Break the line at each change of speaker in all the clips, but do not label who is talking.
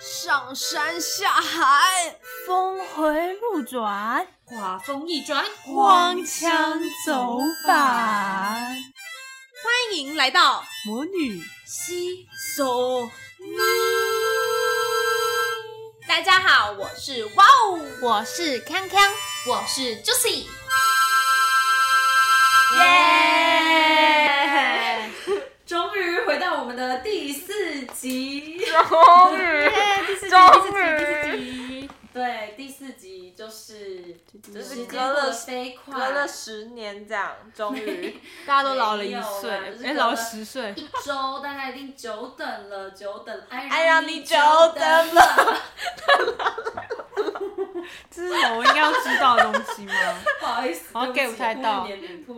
上山下海，
峰回路转，
画风一转，
荒腔走板。
欢迎来到
魔女
西。
So。
大家好，我是哇哦，我是康康，我是 Juicy。耶！ 终于回到我们的第四集，
终于，
耶第四集，
终于
第四集，第四集。对，第四集就是
就是
时间
隔
过
了
得飞快，
隔了十年这样，终于
大家都老了一岁
没有啦就，是隔
哎，老
了
十岁。
一周，大家已经久等了，久等，
哎
哎
呀你久等
了。
这是我应该要知道的东西 吗？
不好意思，
好像
对
get
不
不太到
有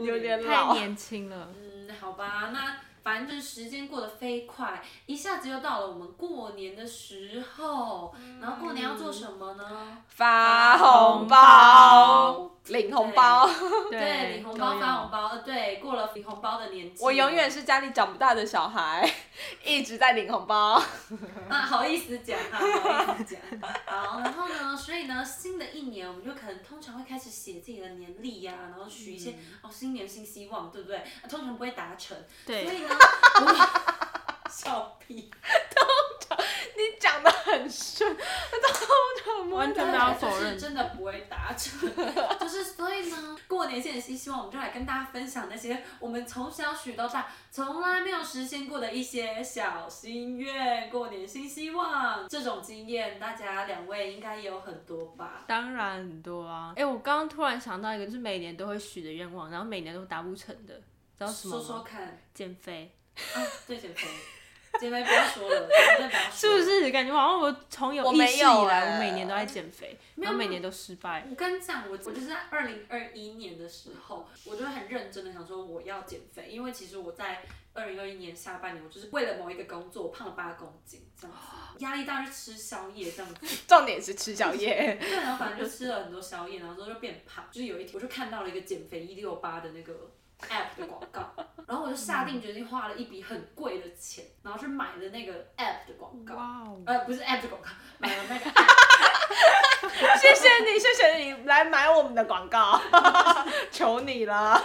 有点
太
老。
年轻 了。
嗯，好吧，那反正就是时间过得飞快，一下子又到了我们过年的时候。然后过年要做什么呢？
嗯发红
发红
包，领红包。
对，领红
都
包、
有
发红包。呃对，过了领红包的年纪，
我永远是家里长不大的小孩， 一直在领红包。
啊，好意思讲啊，好意思讲。 好，然后呢，所以呢，新的一年我们就可能通常会开始写自己的年历呀、然后许一些、哦新年新希望，对不对？啊通常不会达成，所
对，
以呢，我 笑屁。
你讲的很顺， 我都
完
很
全
不
没
会
有
打
否认
就是真的不会达成。就是所以呢，过年前的新希望，我们就来跟大家分享那些我们从小许到大从来没有实现过的一些小心愿、过年新希望这种经验，大家两位应该也有很多吧？
当然很多啊。哎，我刚刚突然想到一个，就是每年都会许的愿望，然后每年都达不成的，知道什么
说
吗？
说看
减肥。
啊，对减肥，减肥不要说了，减肥不要
是
说了
不？是感觉好像我从有
我
意
没
识以
有
来，
欸
我每年都在减肥，
没
然
有
后每年都失败。
我跟你讲，我我就是在二零二一年的时候，我就很认真的想说我要减肥，因为其实我在二零二一年下半年，我就是为了某一个工作胖了八公斤这样子，压力大就吃宵夜这 样子，
重点是吃宵夜。
对，然后反正就吃了很多宵夜，然后之后就变胖，就是有一天我就看到了一个减肥一六八的那个。app 的广告， 然后我就下定决心花了一笔很贵的钱，然后去买了那个 app 的广告，
哇哦！
呃，不是 app 的广告，买了呃那个 app
谢谢你，谢谢你来买我们的广告， 求你了。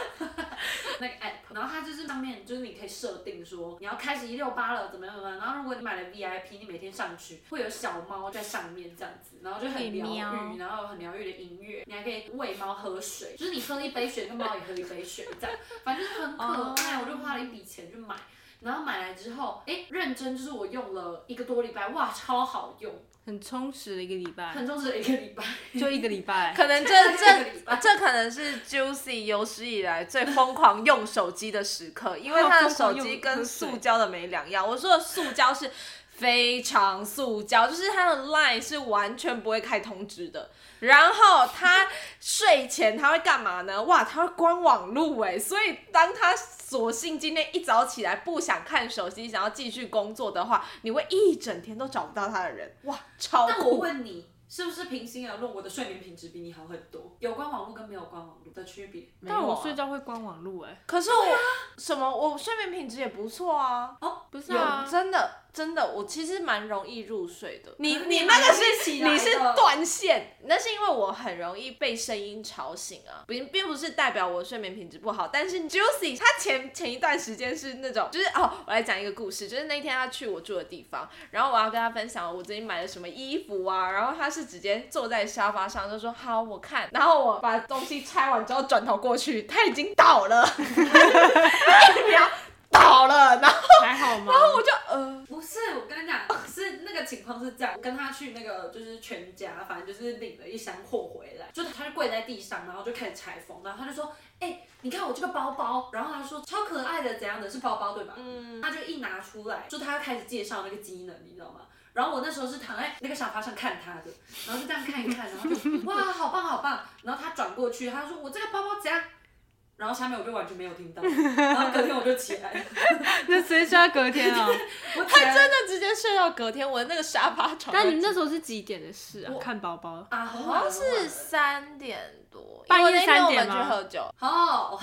那 个 app，然后它就是上面就是你可以设定说你要开始一六八了，怎么样怎么样。然后如果你买了 VIP，你每天上去会有小猫在上面这样子，然后就
可以
很疗
喵
愈，然后有很疗愈的音乐，你还可以喂猫喝水，就是你喝一杯水，跟猫也喝一杯水这样，反正就是很可
哦
爱。我就花了一笔钱去买。然后买来之后，哎，认真就是我用了一个多礼拜，哇，超好用，
很充实的一个礼拜，
很重视的一个礼拜，
就一个礼拜。
可能这
这个礼
这这可能是 Juicy 有史以来最疯狂用手机的时 刻，因为他的手机跟塑胶的没两样。我说的塑胶是非常塑胶，就是他的 Line 是完全不会开通知的。然后他睡前他会干嘛呢？哇，他会关网路哎，所以当他索性今天一早起来不想看手机，想要继续工作的话，你会一整天都找不到他的人，哇，超
但我
哦酷！
问你，是不是平心而论，我的睡眠品质比你好很多？有关网络跟没有关网络的区别？
但我
没有啊
睡觉会关网路，哎，
可是我、什么，我睡眠品质也不错啊。
哦，
不是
有
啊，
真的真的，我其实蛮容易入睡的。你
可是
你
你
那个
还是
是
起来
你是
的
断线，那是因为我很容易被声音吵醒啊，并并不是代表我睡眠品质不好。但是 Juicy 他前前一段时间是那种，就是哦，我来讲一个故事，就是那天他去我住的地方，然后我要跟他分享我最近买了什么衣服啊，然后他是直接坐在沙发上就说好我看，然后我把东西拆完之后转头过去，他已经倒了， 一秒倒了，然后
还好吗？
我就呃。
不是，我跟你讲，是那个情况是这样，我跟他去那个就是全家，反正就是领了一箱货回来，就是他就跪在地上，然后就开始拆封，然后他就说，哎、你看我这个包包，然后他说超可爱的，怎样的是包包对吧？嗯，他就一拿出来，就他开始介绍那个机能，你知道吗？然后我那时候是躺在那个沙发上看他的，然后就这样看一看，然后就哇好棒好棒，然后他转过去，他说我这个包包怎样？然后下面我就完全没有听到，然后隔天我就起来了，
那直接睡到隔天啊。
我起来了
真的直接睡到隔天，我的那个沙发床。
但你们那时候是几点的事啊？
我
看宝宝。
啊，好
好像是
是
三点多，
半夜
因为那天
三点
我
吗
们去喝酒，
哦，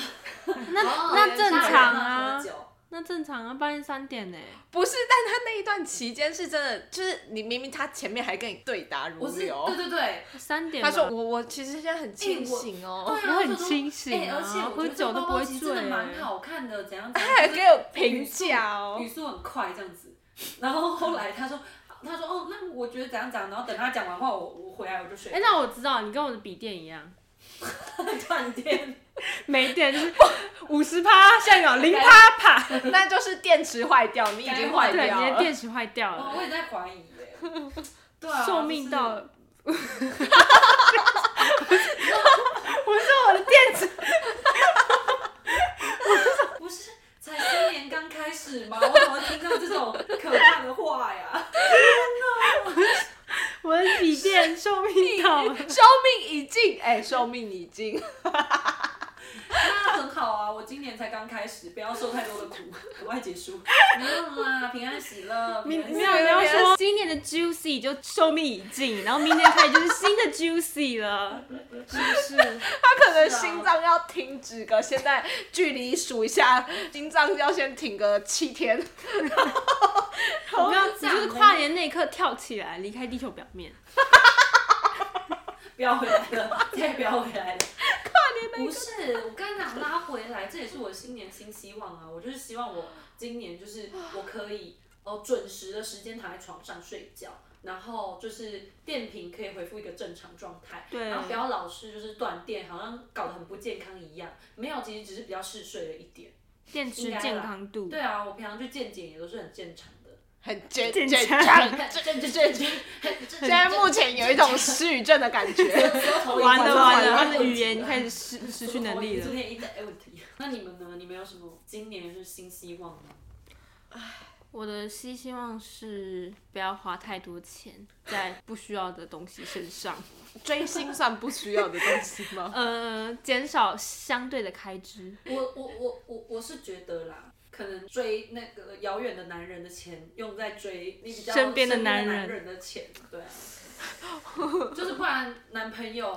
那
那正常啊
喝酒
那正常啊，半夜三点呢、
不是，但他那一段期间是真的，就是你明明他前面还跟你对答如
我是
流
对，对对，
三点吧。
他说我我其实现在很清醒
对
哦，
啊，
哎我很
就说
清醒
哎
啊
而且我觉
喝
得这
酒
个
都
包
不
包
会
其实真的
醉
蛮
欸
好看的， 怎样怎样，
他还
就是
给我
语
评
速
价哦
语。速很快这样子。然后后来他说，他说哦，那我觉得怎样怎样，然后等他讲完话，我我回来我就睡
哎、，那我知道，你跟我的笔电一样，
断电。
没电就是五十趴，下一 秒零趴，
啪啪，那就是电池坏掉，你已经坏
对，
掉
你的
了。
电池坏掉
哦
了，
我也在怀疑耶。对啊，
寿命到
就是
了。不是我的电池，
不是才今年刚开始吗？我怎么听到这种可怕的话呀？
我的笔 电寿命到了。
寿命已尽，哎、寿命已尽。
啊
那很好啊，我今年才刚开始，不要受太多的苦，赶快结束。没有啦，平安喜乐。
明
平安喜
没有
乐
你要说今年的 Juicy 就寿命已尽，然后明年开始就是新的 Juicy 了， 是不是？
他可能
是啊
心脏要停止个，现在距离数一下，心脏要先停个七天。
我刚
这样
就是跨年那一刻跳起来，离开地球表面。
不要回来了，再也不要回来了。不是，我刚才拉回来，这也是我新年新希望啊！我就是希望我今年就是我可以哦准时的时间躺在床上睡觉，然后就是电瓶可以恢复一个正常状态，
对
然后不要老是就是断电，好像搞得很不健康一样。没有，其实只是比较嗜睡了一点。
电池健康度
对啊，我平常去健检也都是很正常的。
很健
健
健
康
康。
这这这这这，
现在目前有一种失语症的感 觉。
完了完了，他
他
的语言开始失失去能力
出
了。
现一点问题。那你们呢？你们有什么今年是新希望吗？
我的新希望是不要花太多钱在不需要的东西身上，
追星算不需要的东西吗？
呃，减少相对的开支。
我我我我我是觉得啦，可能追那个遥远的男人的钱，用在追你比较
身边的男人
身边的的钱，对啊，就是不然男朋友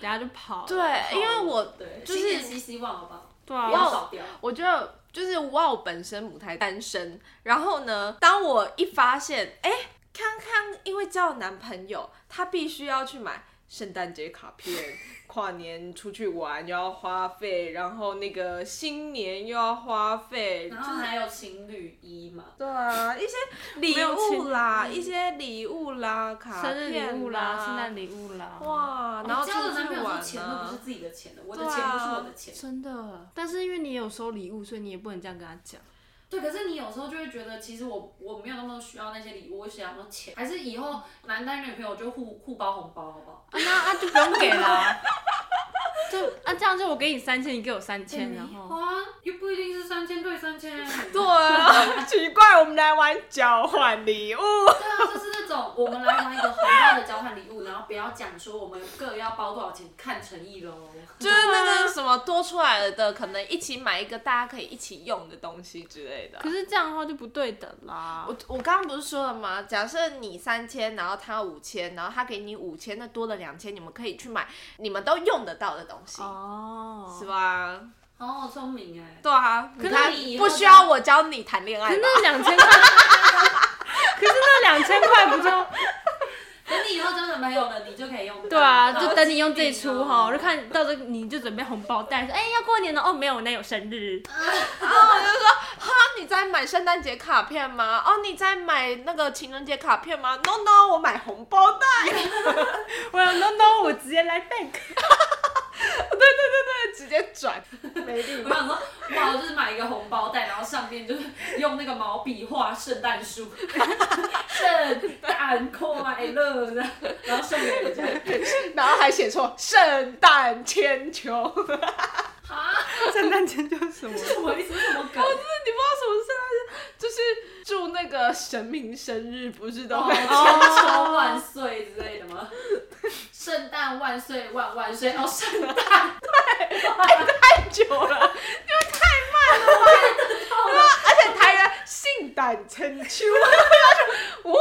等下就跑了。
对，因为我
对，
就是
新年新希望，好不好？
对
不
啊，
要
我
少掉。
我觉得就是哇，我本身母胎单身，然后呢，当我一发现，哎、康康因为交了男朋友，他必须要去买圣诞节卡片，跨年出去玩又要花费，然后那个新年又要花费，就
然后
是。
还有情侣衣嘛，
对啊，一些礼
没有
物啦，
钱
一些礼物啦，卡
生日礼物啦，圣诞
礼
礼物啦，，
哇，然后出
交了男
去
朋友
玩
的钱都不是
呢。
自己的钱的，我的
对啊
钱不是我的钱。
真的。但是因为你有收礼物，所以你也不能这样跟他讲。啊
对，可是你有时候就会觉得，其实我我没有那么需要那些礼物，我想要钱，还是以后男男女朋友就互互包红包，好不好？
啊，那啊就不用给啦。就啊，这样就我给你三千，你给我三千，然后
啊，又不一定是三千对三 千，
对啊，奇怪，我们来玩交换礼物。
对啊，就是那种我们来玩一个红包的交换礼物，然后不要讲说我们各要包多少钱，看诚意喽。
就是那个什么多出来了的，可能一起买一个大家可以一起用的东西之类的。
可是这样的话就不对等啦。
我我刚刚不是说了吗？假设你三千，然后他五千，然后他给你五千，那多了两千，你们可以去买你们都用得到的东西，
哦，
是？吧？
哦，聪明哎，
对啊，
是
你看
你以后
不需要我教你谈恋
可
爱
是
吧。
那两千块， 可是那两千块不就
等你以后交男朋友了，你就可以用到。
对啊？
好
就等你用这一
机灵
出
哦
哈，我就看到时候你就准备红包袋，说哎要过年了哦，没有，我那有生日。
你在买圣诞节卡片吗？哦，你在买那个情人节卡片吗？No No，我买红包袋。
我有 no no，我直接来 bank。
直接转，没礼
我。想说，哇，就是买一个红包袋，然后上面就是用那个毛笔画圣诞树，圣诞快乐，然后送给人家。
然后还写错圣诞千秋， 你不知
啊，
圣诞节就是什 么？
什么意思？什么梗？
道什么圣诞，就是祝那个神明生日不是都
哦，
会
千秋万岁之类的吗？圣诞万岁万万岁！哦，圣诞
太久了， 因为太慢了吧，而且台人圣诞千秋，哦，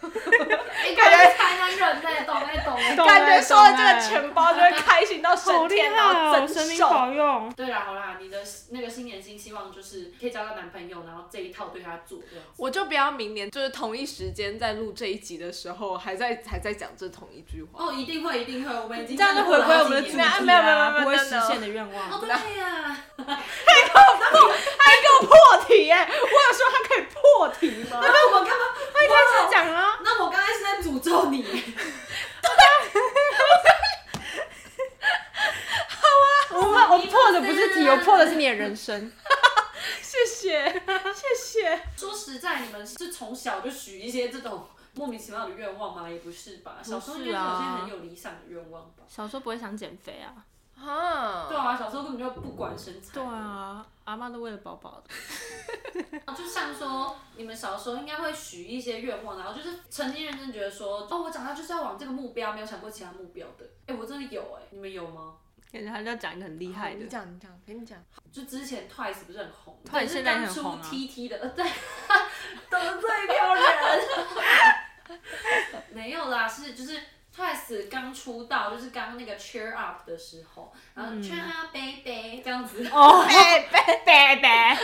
哎，你感觉台南人呢，懂哎懂哎。
懂
感觉
欸
收了这
懂欸
个钱包就会开心到
好
升
厉害
天，然后
哦，神
增
明
寿。
保佑。
对啦，好啦，你的那个新年新希望就是可以交到男朋友，然后这一套对他做这样子。
我就不要明年就是同一时间在录这一集的时候，还在还在讲这同一句话。
哦，一定会一定会，我们已经
这样就回归我们的主
主
题啊
自己
没有没有没有没有
不会实
真的
现的愿
哦，
望。
对呀、
还给我破题哎、我有说他可以破题吗？
那我干嘛？
他一开始讲啊，
那我刚才是在诅咒你。
啊我们我破的不是
你
题，
不是啊
我破的是你的人生。
谢谢谢谢。
说实在，你们是从小就许一些这种莫名其妙的愿望吗？也不是吧，小时候应该有
啊
些很有理想的愿望吧。
小时候不会想减肥啊。
对
啊，
啊，小时候根本就不管身材。
对啊，阿妈都喂了饱饱的。
啊，就像说你们小时候应该会许一些愿望，然后就是曾经认真觉得说，哦，我长大就是要往这个目标，没有想过其他目标的。哎、我真的有哎、你们有吗？
感觉他要讲一个很
啊
厉害的。
讲你讲，跟你 讲。
就之前 Twice 不是很红
Twice 现在很红啊
当初 TT 的，呃，对，得罪标人。没有啦，是就是 Twice 刚出道，就是刚那个 Cheer Up 的时候，然
嗯
后 Cheer Up Baby 这样 子，
哦，贝贝贝 贝，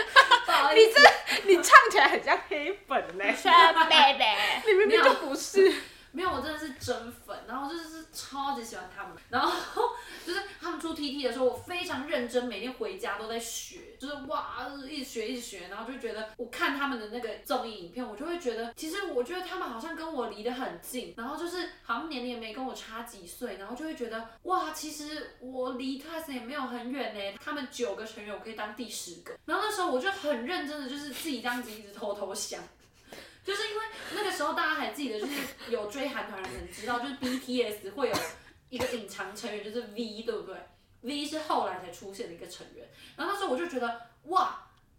不好意思，
你唱起来很像黑粉 呢、
啊贝贝。
你明明就不是。
没哦有，我真的是真粉，然后就是超级喜欢他们，然后就是他们出 TT 的时候，我非常认真，每天回家都在学，就是哇，一直学一直学，然后就觉得我看他们的那个综艺影片，我就会觉得，其实我觉得他们好像跟我离得很近，然后就是好像年龄也没跟我差几岁，然后就会觉得哇，其实我离 Twice 也没有很远呢，他们九个成员我可以当第十个，然后那时候我就很认真的，就是自己这样子一直偷偷想。就是因为那个时候大家还记得，就是有追韩团的人知道，就是 BTS 会有一个隐藏成员，就是 V，对不对？V 是后来才出现的一个成员。然后那时候我就觉得，哇，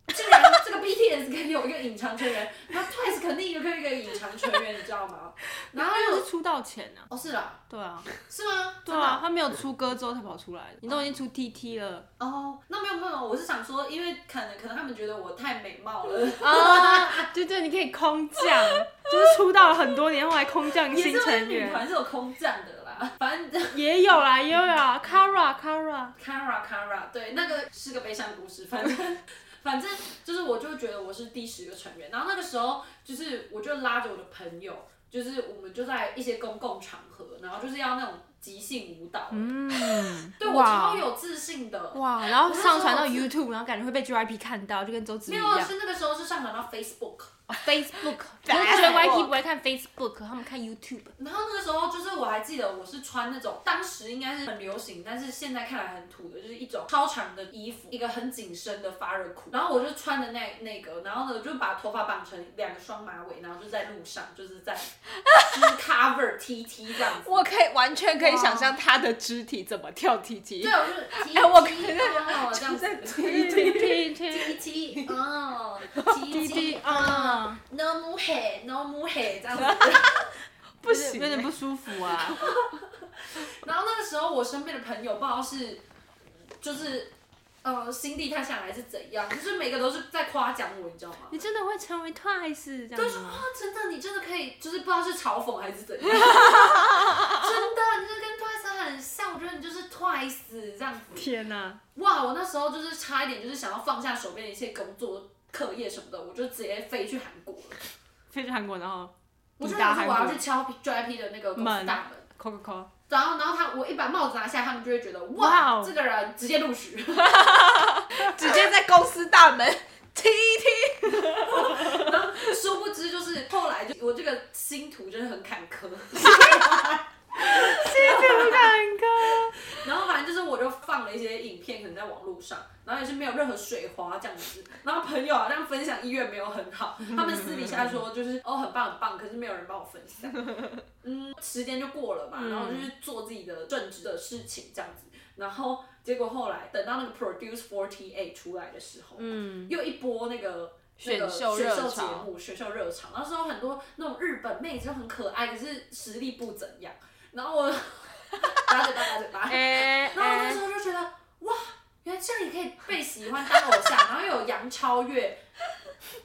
竟然这个 BTS 可以有一个隐藏成员，然后 Twice 肯定也可以有一个隐藏成员，你知道吗？然后
他
又
是出道前啊，
哦是啦，
对啊，
是吗？
对啊，他没有出歌之后才跑出来的。你都已经出 TT 了，
哦，那没有没有，我是想说，因为可能可能他们觉得我太美貌了，
啊，对对，你可以空降，就是出道了很多年后来空降
也
新
是
成
女
员，
团是有空降的啦，反正。
也有啦，也有啦，Kara Kara，
Kara Kara，对，那个是个悲伤故事，反正反正就是我就觉得我是第十个成员，然后那个时候就是我就拉着我的朋友，就是我们就在一些公共场合，然后就是要那种即兴舞蹈，
嗯，
对我超有自信的。
哇，然后上传到
我那时候
YouTube，然后感觉会被 JYP 看到，就跟周子
没
瑜一
有，啊
样
是那个时候是上传到 Facebook，
哦，Facebook，就是 JYP 不会看 Facebook，他们看 YouTube，
然后那个时候就是我还记得我是穿那种当时应该是很流行，但是现在看来很土的，就是一种超长的衣服，一个很紧身的发热裤。然后我就穿的那那个，然后呢我就把头发绑成两双马尾，然后就在路上就是在就是 cover TT 这样子。
我可以完全可以想象他的肢体怎么跳踢踢
对，。我就是 T T，
哎我
哦这样子
在
TT
T T，哦 T T，
TT 啊，
no more hair，no more hair 这样子。
不行
有点不舒服啊，
然后那个时候我身边的朋友不知道是，就是，呃，心地太下来是怎样，就是每个都是在夸奖我，你知道吗？
你真的会成为 Twice 这
就
样
是
子
啊
吗？，
真的，你真的可以，就是不知道是嘲讽还是怎样， 真的，你就跟 Twice 很像，我觉得你就是 Twice 这样子。
天哪、
哇，我那时候就是差一点就是想要放下手边的一切工作、课业什么的，我就直接飞去韩国了。
飞去韩国，然后
我
抵
就
达
想
韩
说我要
国
去敲 JYP 的那个公司
门
大门。
扣扣扣，
然后，然后他我一把帽子拿下，他们就会觉得
哇
哇，
哦
这个人直接录取。
直接在公司大门踢踢。
殊不知，就是后来就我这个星途真的很坎坷，
不敢
然后反正就是我就放了一些影片，可能在网络上，然后也是没有任何水花这样子。然后朋友好像分享意愿没有很好，他们私底下说就是哦很棒很棒，可是没有人帮我分享。嗯，时间就过了嘛，然后就是做自己的正职的事情这样子。然后结果后来等到那个 Produce Forty Eight 出来的时候，嗯，又一波那个。那个
选秀热
选秀节
潮
目、选秀热潮，那时候很多那种日本妹子就很可爱，可是实力不怎样。然后我 打嘴巴打嘴巴，
哎
然后我那时候就觉得，哇，原来这样也可以被喜欢当偶像，然后又有杨超越，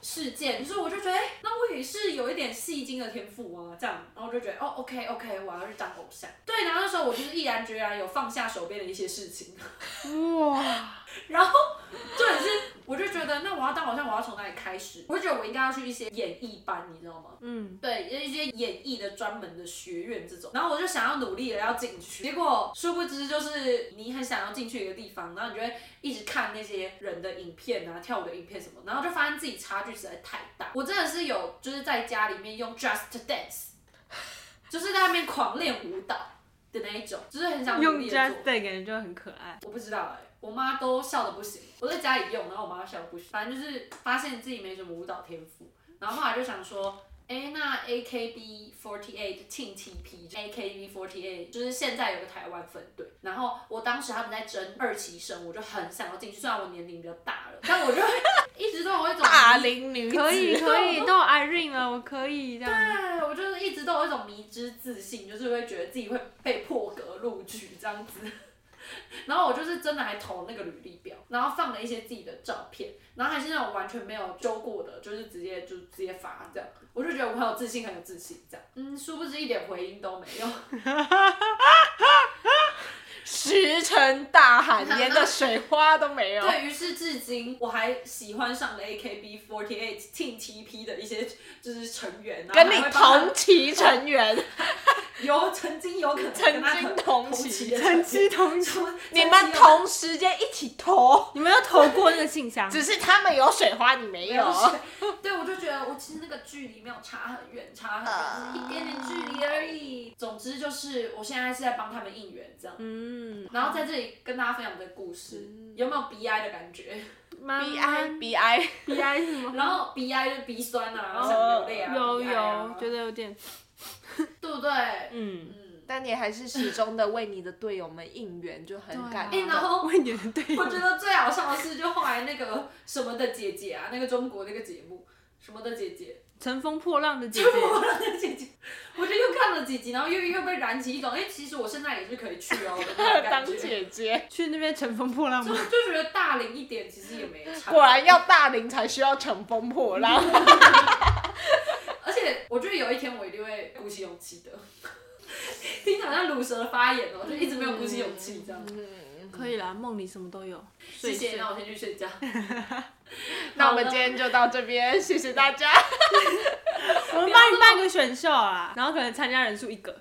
事件，所以我就觉得，哎、那我也是有一点戏精的天赋啊，这样，然后我就觉得，哦，OK OK，我要去当偶像。对，然后那时候我就是毅然决然有放下手边的一些事情，
哇，
然后重点是，我就觉得，那我要当偶像，我要从哪里开始？我就觉得我应该要去一些演艺班，你知道吗？
嗯，
对，有一些演艺的专门的学院这种，然后我就想要努力的要进去，结果殊不知就是你很想要进去一个地方，然后你就会一直看那些人的影片啊、跳舞的影片什么，然后就发现自己差距实在太大。我真的是有就是在家里面用 Just Dance，就是在那边狂练舞蹈的那一种，就是很想努
用
力
j a
的
z
做。
感觉就很可爱。
我不知道哎、我妈都笑的不行。我在家里用，然后我妈笑得不行。反正就是发现自己没什么舞蹈天赋，然后后来就想说，哎，那 AKB48 Team TP，AKB48 就是现在有个台湾分队，然后我当时他们在争二期生，我就很想要进去，虽然我年龄比较大了，但我就会 一直都有一种
大龄女子
可以可以，
我
都有 Irene 了，我可以这样。
哎，我就是一直都有一种迷之自信，就是会觉得自己会被破格录取这样子。 然后我就是真的还投那个履历表，然后放了一些自己的照片，然后还是那种完全没有修过的，就是直接就直接发这样。我就觉得我很有自信，很有自信这样。嗯，殊不知一点回音都没有。
石沉大海，连个水花都没有。
对于是，至今我还喜欢上了 AKB48 Team TP 的一些就是成员，然
跟
后
你
还会帮他
同期成员，
有曾经有可能跟他
曾经同期
期的
成绩同学，
你们同时间一起投，
你们有投过那个信箱？
只是他们有水花，你嗯没有。
对，我就觉得我 其实那个距离没有差很远，差很远，就是一点点距离而已。总之就是我现在是在帮他们应援这样。
嗯，
然后在这里跟大家分享我的故事，有没有鼻哀的感觉？
慢
B
慢
I B I，
B I 是什么？
然后鼻哀就是鼻酸啊，然后想流泪啊，
有
鼻哀啊
有，觉得有点，
对不对？
嗯，
嗯，
但你还是始终的为你的队友们应援，就很 感
哎、
动。
然后
啊为你的队友
我觉得最好笑的是，就后来那个什么的姐姐啊，那个中国那个节目，什么的姐姐，
乘风破浪的姐
就
姐，
我了那几集，我就又看了几集，然后又又被燃起一种，哎、其实我现在也是可以去哦、的那种
当
感觉。
姐姐，
去那边乘风破浪
就
吗？
就觉得大龄一点其实也没差。
果然要大龄才需要乘风破浪。
而且我觉得有一天我一定会鼓起勇气的。 听起来好像乳蛇的发言哦、就一直没有鼓起勇气这样。
嗯
可以啦，梦里什么都有。
谢
谢
谢，那我先去睡觉。
那我们今天就到这边，谢谢大家。
我们帮你办个选秀啊，然后可能参加人数一 个，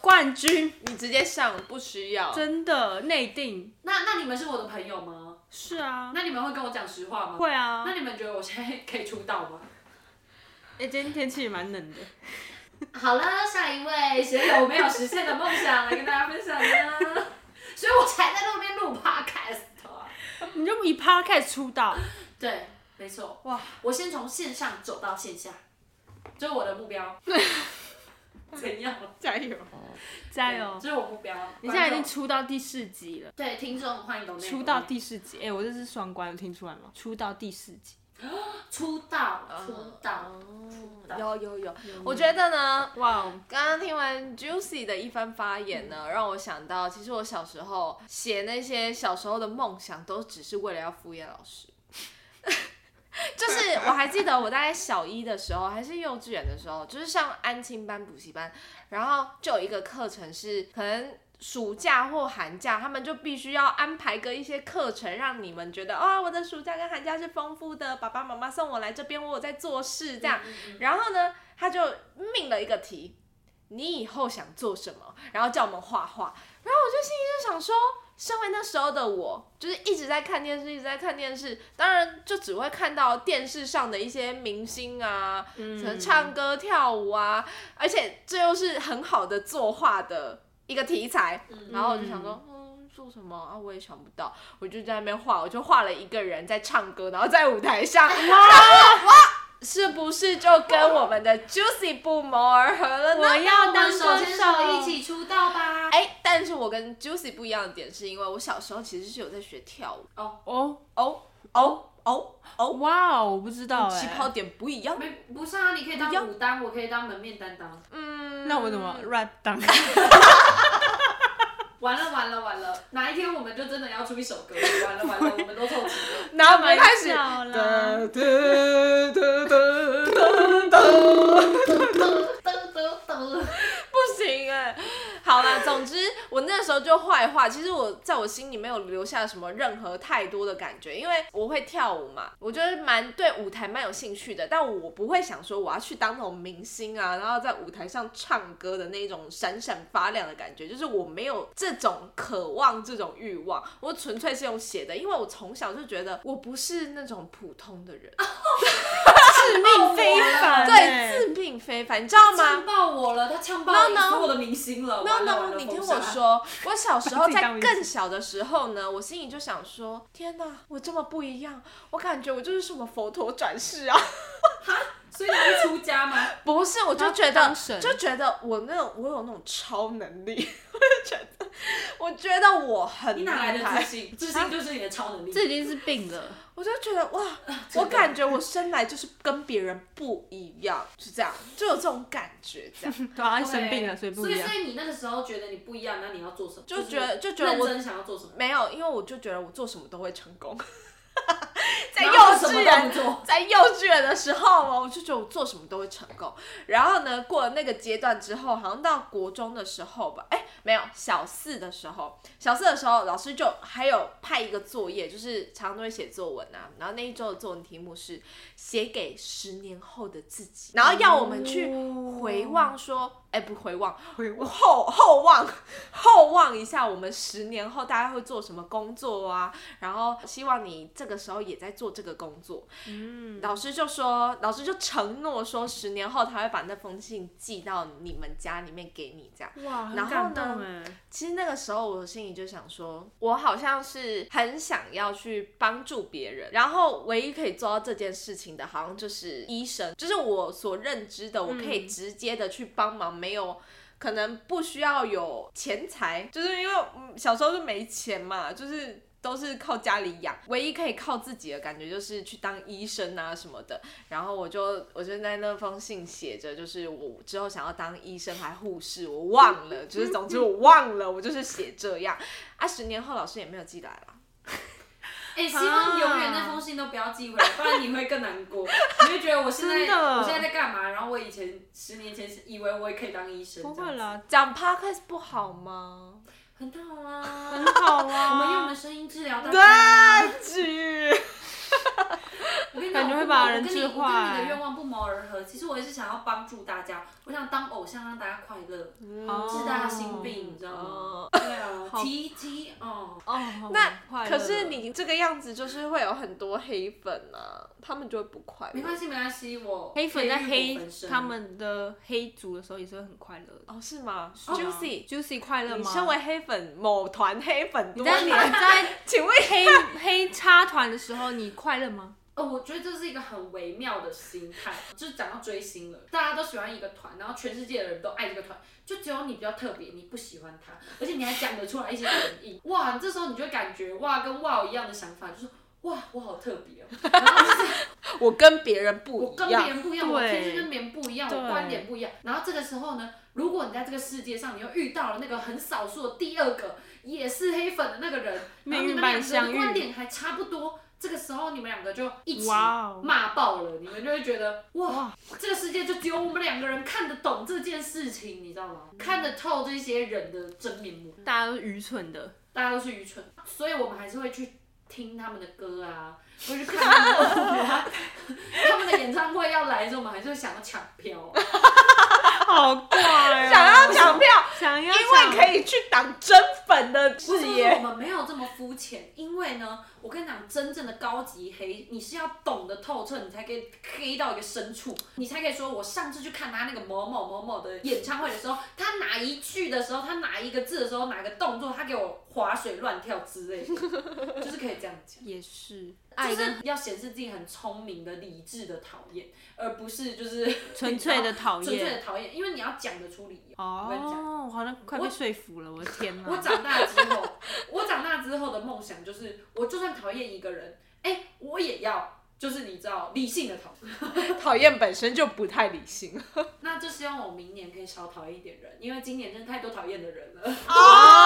冠军
你直接上，不需要。
真的内定。
那那你们是我的朋友吗？
是啊，
那你们会跟我讲实话吗？
会啊。
那你们觉得我现在可以出道吗？
哎、今天天气也蛮冷的。
好了，下一位谁有没有实现的梦想来跟大家分享呢？ 所以我才在那边录 podcast 啊。
你就以 podcast 出道，
对，没错。
哇，
我先从线上走到线下，这是我的目标。怎样？
加油！
加油！
这是我目标。
你现在已经
观众
出到第四集了，
对听众欢迎懂内
出到第四集。哎、我这是双关，有听出来吗？出到第四集，
出道
嗯
出道，
有有有，我觉得呢，
哇哦，
刚刚听完 Juicy 的一番发言呢，让我想到，其实我小时候写那些小时候的梦想，都只是为了要敷衍老师。 就是我还记得我大概小一的时候，还是幼稚园的时候，就是上安亲班、补习班，然后就有一个课程是可能。暑假或寒假，他们就必须要安排个一些课程，让你们觉得啊、我的暑假跟寒假是丰富的，爸爸妈妈送我来这边，我有在做事这样。然后呢，他就命了一个题，你以后想做什么？然后叫我们画画。然后我就心里就想说，身为那时候的我，就是一直在看电视，一直在看电视，当然就只会看到电视上的一些明星啊，什么唱歌跳舞啊，而且这又是很好的作画的一个题材。然后我就想说。嗯做什么啊？我也想不到，我就在那边画，我就画了一个人在唱歌，然后在舞台上，然后哇，是不是就跟我们的 Juicy 不谋而合了呢？
我要当
手牵
歌
手一
手，
起出道吧。
哎、但是我跟 Juicy 不一样的点是因为我小时候其实是有在学跳舞，
哦，
哦哦哦哦，
哇哦，我不知道哎、
起跑点不一样。
没，不是啊，你可以当武当，我可以当门面担当。
嗯，
那我怎么 rap 当？
完了完了完了，哪一天我们就真的要出一首歌了？完了完了，我们都凑齐了。
然后我们开始，
笑啦
噔噔噔，
不行哎、好啦，总之我那时候就坏话，其实我在我心里没有留下什么任何太多的感觉，因为我会跳舞嘛，我觉得蛮对舞台蛮有兴趣的，但我不会想说我要去当那种明星啊，然后在舞台上唱歌的那种闪闪发亮的感觉，就是我没有这种渴望、这种欲望，我纯粹是用写的，因为我从小就觉得我不是那种普通的人，
致命非凡、哎
对，自命非凡，你知道吗
呛？爆我了，他呛爆
No, no
所有的明星了。
no
完了完
no，
了
你听
封杀
我说，我 小时候
自己
在
当
更小的时候呢，我心里就想说，天哪，我这么不一样，我感觉我就是什么佛陀转世啊！
所以你会出家吗？
不是，我就觉
他
得
当神
就觉得我那种我有那种超能力，我就觉得我觉得我很
你
厉
哪来的
害
自，信？自信就是你的超能力。
这已经是病了。
我就觉得哇，
啊
我感觉我生来就是跟别人不一样，就这样，就有这种感觉，这样。
对啊，
对
生病了，所以不一样
所。以你那个时候觉得你不一样，那你要做什么？
就是觉得就觉得我
认真想要做什么？
没有，因为我就觉得我做什么都会成功，在幼
然后什
稚
么
园
都不 做，
在幼稚园的时候哦，我就觉得我做什么都会成功。然后呢，过了那个阶段之后，好像到国中的时候吧，哎，没有，小四的时候，小四的时候，老师就还有派一个作业，就是常常都会写作文啊。然后那一周的作文题目是写给十年后的自己，然后要我们去回望说，哎，不回望，
回望
后后望 后望一下我们十年后大家会做什么工作啊，然后希望你这个时候也在做这个工作。嗯，老师就说，老师就承诺说，十年后他会把那封信寄到你们家里面给你，这样。
哇，很
然后
感
呢
动哎，
其实那个时候我心里就想说，我好像是很想要去帮助别人，然后唯一可以做到这件事情的，好像就是医生，就是我所认知的，我可以直接的去帮忙，没有。可能不需要有钱财，就是因为嗯小时候就没钱嘛，就是都是靠家里养，唯一可以靠自己的感觉就是去当医生啊什么的。然后我就我就在那封信写着，就是我之后想要当医生还护士，我忘了，就是总之我忘了，我就是写这样。啊，十年后老师也没有寄来了。
哎、希望你永远那封信都不要寄回来，不然你会更难过。你会觉得我现在
真的
我现在在干嘛？然后我以前十年前是以为我也可以当医生，
不
这样
会
子，
啦，
讲 podcast 不好吗？
很好啊。
很好
我
啊。
们用我们声音治疗大
对
家。，
剧。
我跟你讲，
感觉
我
会
跟
把
我
人
跟
治
你我跟你
坏
的愿望不谋而合。其实我也是想要帮助大家，我想当偶像，让大家快乐，
哦
治大家心病，你知道吗
哦？
对啊，提提哦。
哦，
那
快乐
可是你这个样子就是会有很多黑粉啊，他们就会不快乐。
没关系，没关系，我
黑粉在
黑
黑
粉身
他们的黑族的时候也是会很快乐的。
哦，是吗
啊
？Juicy，
Juicy 快乐
你
吗？
身为黑粉某团黑粉
你
多
在你
年，
在
请问
黑黑插团的时候，你快乐吗？
哦，我觉得这是一个很微妙的心态，就是讲到追星了，大家都喜欢一个团，然后全世界的人都爱这个团，就只有你比较特别，你不喜欢他，而且你还讲得出来一些原因， 哇，这时候你就会感觉哇，跟哇一样的想法，就是哇，我好特别哦，然后就是
我跟别人不
我
一
跟别
样，
人不一样，
对
我天性跟别人不一样，
对
我观点不一样，然后这个时候呢，如果你在这个世界上，你又遇到了那个很少数的第二个也是黑粉的那个人，然后你
命运
们
般
两个
相
的
遇
观点还差不多。这个时候你们两个就一起
哇哦
骂爆了，你们就会觉得哇，这个世界就只有我们两个人看得懂这件事情，你知道吗？看得透这些人的真面目，
大家都愚蠢的，
大家都是愚蠢，所以我们还是会去听他们的歌啊，或者去看他们的 舞啊。他们的演唱会要来的时候，我们还是会想要抢票、啊。
好怪啊！
想要抢票，
想要
因
抢
为可以去挡真粉的
不是
视
不是
野
我。们没有这么肤浅，因为呢，我跟你讲，真正的高级黑，你是要懂得透彻，你才可以黑到一个深处，你才可以说，我上次去看他那个某某某某的演唱会的时候，他哪一句的时候，他哪一个字的时候，哪个动作，他给我划水乱跳之类的，就是可以这样讲。
也是
就
爱
是
跟
要显示自己很聪明的、理智的讨厌，而不是就是
纯粹的讨
纯粹
厌
的。讨厌，因为你要讲得出理由。我跟你讲，
哦，我好像快被说服了，我的天哪！
我长大之后，我长大之后的梦想就是，我就算讨厌一个人，哎、我也要，就是你知道，理性的讨厌。
讨厌本身就不太理性。
那就希望我明年可以少讨厌一点人，因为今年真的太多讨厌的人了。
哦
啊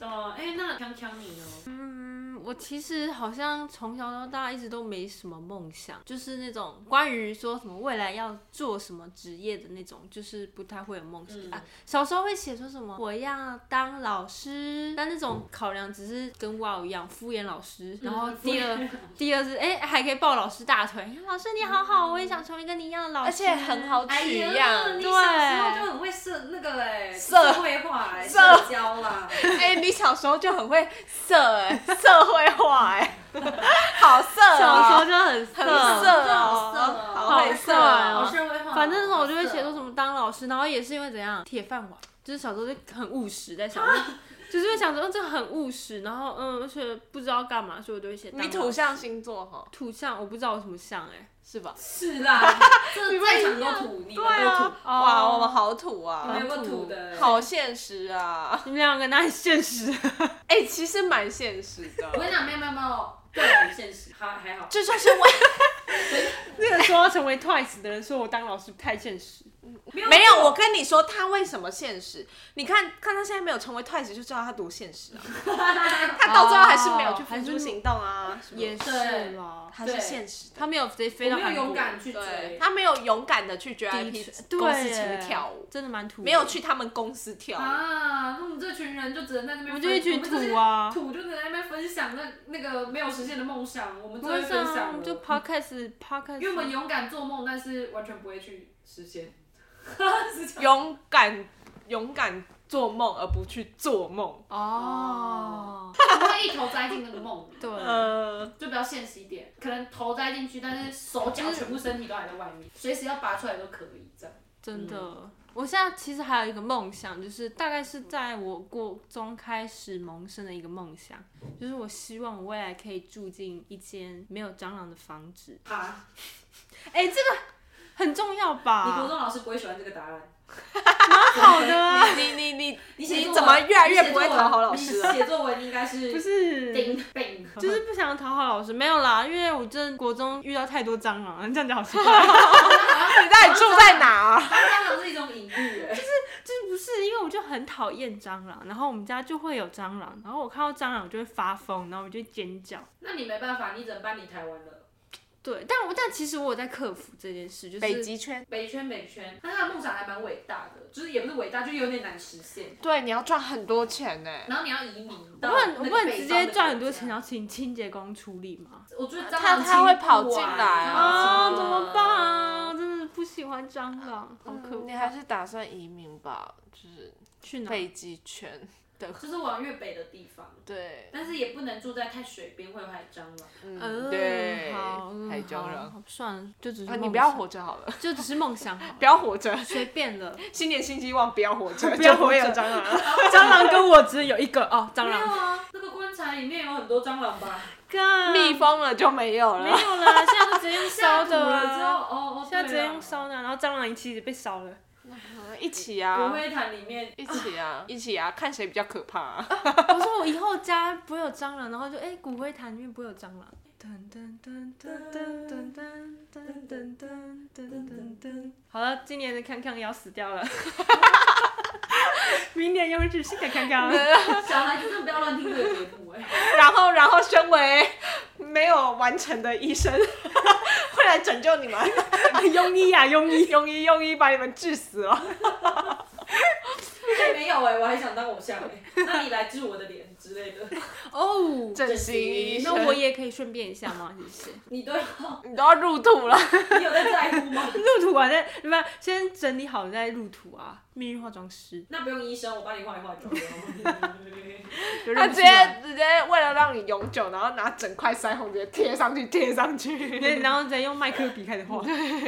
哎
嗯
嗯我其实好像从小到大一直都没什么梦想，就是那种关于说什么未来要做什么职业的那种，就是不太会有梦想、
嗯
啊。小时候会写说什么我要当老师，但那种考量只是跟 wow 一样敷衍老师。然后第二、第二是哎、还可以抱老师大腿，哎老师你好好，我也想成为跟你一样的老师，
嗯而且很好
哎
取
呀，
样
你。小时候就很会社那个哎、
社
社会化、哎，社
社
交啦，
哎、你小时候就很会色哎、社会化哎、 好色
小时候
哦、
就很
很
色
色
好色
哦、
哦
好会色哦、
好
好社会化。
反正那时候我就会写说什
么，
么当老师，然后也是因为怎样铁饭碗，就是小时候就很务实，在想，就是会想说、嗯、这很务实，然后嗯，而且不知道干嘛，所以我就会写当老
你
师。
土象星座哈、
土象，我不知道我什么象哎、
是吧？
是啦， 这在场都土，你们都土，
哇，我们啊好土
你们
啊，
有个土的，
好现实啊！
你们两个那很现实，
哎、其实蛮现实的
我，跟你讲，没有没有没有，对，很现实，还还好。
这就是为
那个说要成为 Twice 的人说我当老师不太现实，
没有。我跟你说，他为什么现实？你看看他现在没有成为 Twice 就知道他多现实 啊！他到最后还是没有去付诸行动啊，什么
也是啦，
他是
对
现实的，
他没有直接飞
我
到
没有
韩国，
勇敢去
对
追，
他没有勇敢的去
的
JYP
确
公司
对
前面
耶
跳舞，
真的蛮土的，
没有去他们公司跳舞。
啊，那我们这群人就只能在那边分，
我们就一群
我们这些
土啊
土就只能在那边分享那那个没有实现的梦想，我们只
不
会
会
分
上啊，
享
我
了
们就啊 Podcast
因
Podcast，
为我们勇敢做梦，但是完全不会去实 现。
勇敢勇敢做梦，而不去做梦。
哦，
我会一头栽进那个梦里，
对，
呃，
就比较现实一点，可能头栽进去，但是手脚全部身体都还在外面，随时要拔出来都可以这样。
真的。我现在其实还有一个梦想，就是大概是在我国中开始萌生的一个梦想，就是我希望我未来可以住进一间没有蟑螂的房子，
啊，
很重要
你国
吧？
中老师不会喜欢这个答 案。
蛮好的啊，
你你 你啊
你写作
你
文
怎么越来越不会讨好老师了
你写作文应该啊是
不是。
丁丙，
就是不想讨好老师，没有啦，因为我真的国中遇到太多蟑螂了，这样子好奇 怪。
你到底住在哪、啊？
当然是一种隐喻哎。
就是不是因为我就很讨厌蟑螂，然后我们家就会有蟑螂，然后我看到蟑螂我就会发疯，然后我就会尖叫。
那你没办法，你只能搬离台湾了。
对，但我但其实我有在克服这件事，就是
北极圈。
北圈北圈，那他的梦想还蛮伟大的，就是也不是伟大，就是有点难实现。
对，你要赚很多钱呢、
然后你要移民
我
到
不能，
那
我
个
不能
北
直
方的
接
国
赚很多
家
钱，然后请清洁工处理吗？
我觉得
他他会跑进来
啊，
啊
怎么办嗯啊？
办？
我真的不喜欢蟑螂，好可
嗯你
怕。
还是打算移民吧，就是
去哪？
北极圈。
就是往越北的地方，
对，
但是也不能住在太水边，会有海蟑螂。
嗯，
嗯，
对，
好，嗯
海蟑
好
螂。
好算了，就只是
啊，
梦
你不要
想，
活着好了，
就只是梦 想好了，
不要活着，
随便 了。
新年新希望，不要活着，
不要
就不会有
活着
蟑螂 了。
蟑螂跟我只有一个哦，蟑
没有
螂、
啊，那个棺材里面有很多蟑螂
啊
吧？
干
密封了就没有
没
了。
有啦，现 在都直接用
下
烧的
土了之后，
啊，
哦哦，
现在直接
对啊
用烧的啊，然后蟑螂其实被烧了。
一起啊
骨，灰坛里 面。
一起啊，一起啊，看谁比较可怕、啊。
我说我以后家不会有蟑螂，然后就哎、骨灰坛里面不会有蟑螂。噔噔噔噔噔噔噔噔噔噔噔噔。好了，今年的康康也要死掉了，明年又会是新的康 康。
小孩子真的不要乱听这个节目哎、
然后，然后身为没有完成的医生， 会来拯救你们。 庸医啊，庸医，庸医，庸医，把你们治死哦了。
哎没有哎、我还想当偶像 哎、那你来治我的脸之类的，
哦，
整形医生，
那我也可以顺便一下吗？谢谢。
你都要，
你都要入土了。
你有在在乎吗？
入土完再，不是先整理好再入土啊。命运化妆师，
那不用医生，我帮你化一化妆。
他
他
直接直接为了让你永久，然后拿整块腮红直接贴上去，贴上去。
然后再用麦克笔开始画，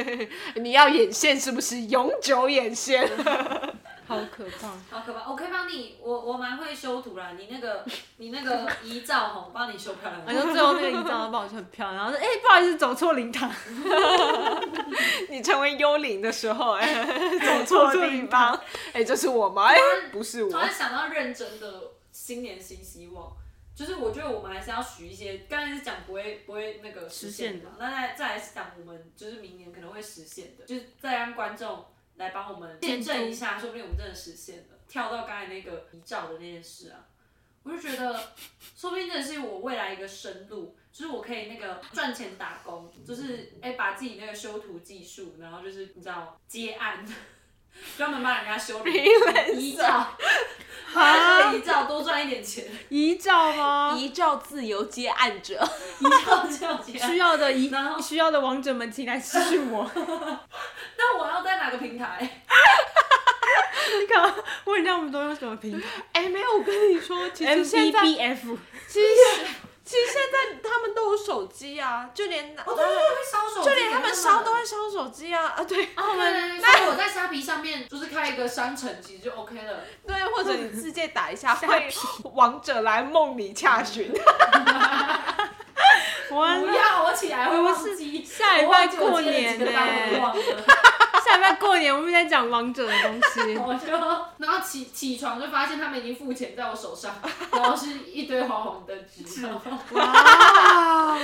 你要眼线是不是永久眼线？
好可怕。
好可怕！我可以帮你，我我蛮会修图啦。你那个你那个遗照吼，我帮你修漂亮。
然后最后那个印章帮我就很漂亮，然后说：“哎、不好意思，走错灵堂。
你成为幽灵的时候、 哎，走错地方，哎、这是我吗？哎、不是
突
我。
然想到认真的新年新希望，就是我觉得我们还是要许一些，刚才是讲不会不会那个实现的嘛，那再再来是讲我们就是明年可能会实现的，就是再让观众来帮我们见证一下，说不定我们真的实现了。跳到刚才那个遗照的那件事啊，我就觉得，说不定这是我未来一个生路，就是我可以那个赚钱打工，就是哎、把自己那个修图技术，然后就是你知道接案， 专门帮人家修理遗照，
啊
遗照多赚一点钱，
遗照吗？
遗照自由接案 者，
遗照这样接案
需。要的遗
然后
需要的王者们，请来私讯我。
那我要在哪个平台？
你干嘛问一下我们都用什么平台
哎、没有，我跟你说，其实现在，
？MBBF
其实其实现在他们都有手机啊，就连
哦，对对对，会烧手机，
就连他们烧都会烧手机啊啊，对
他们，那我在虾皮上面就是开一个商城，其实就 OK 了。
对，或者你自荐打一 下，会王者来梦里洽询。
完
不
了。
要，我起来会忘记。
下礼
我
拜
忘记我
过
接了
年
几
呢、
个单我忘了，
下礼拜过年我们在讲王者的东西。
我就然后起起床就发现他们已经付钱在我手上，然后是一堆黄红灯纸。
哇！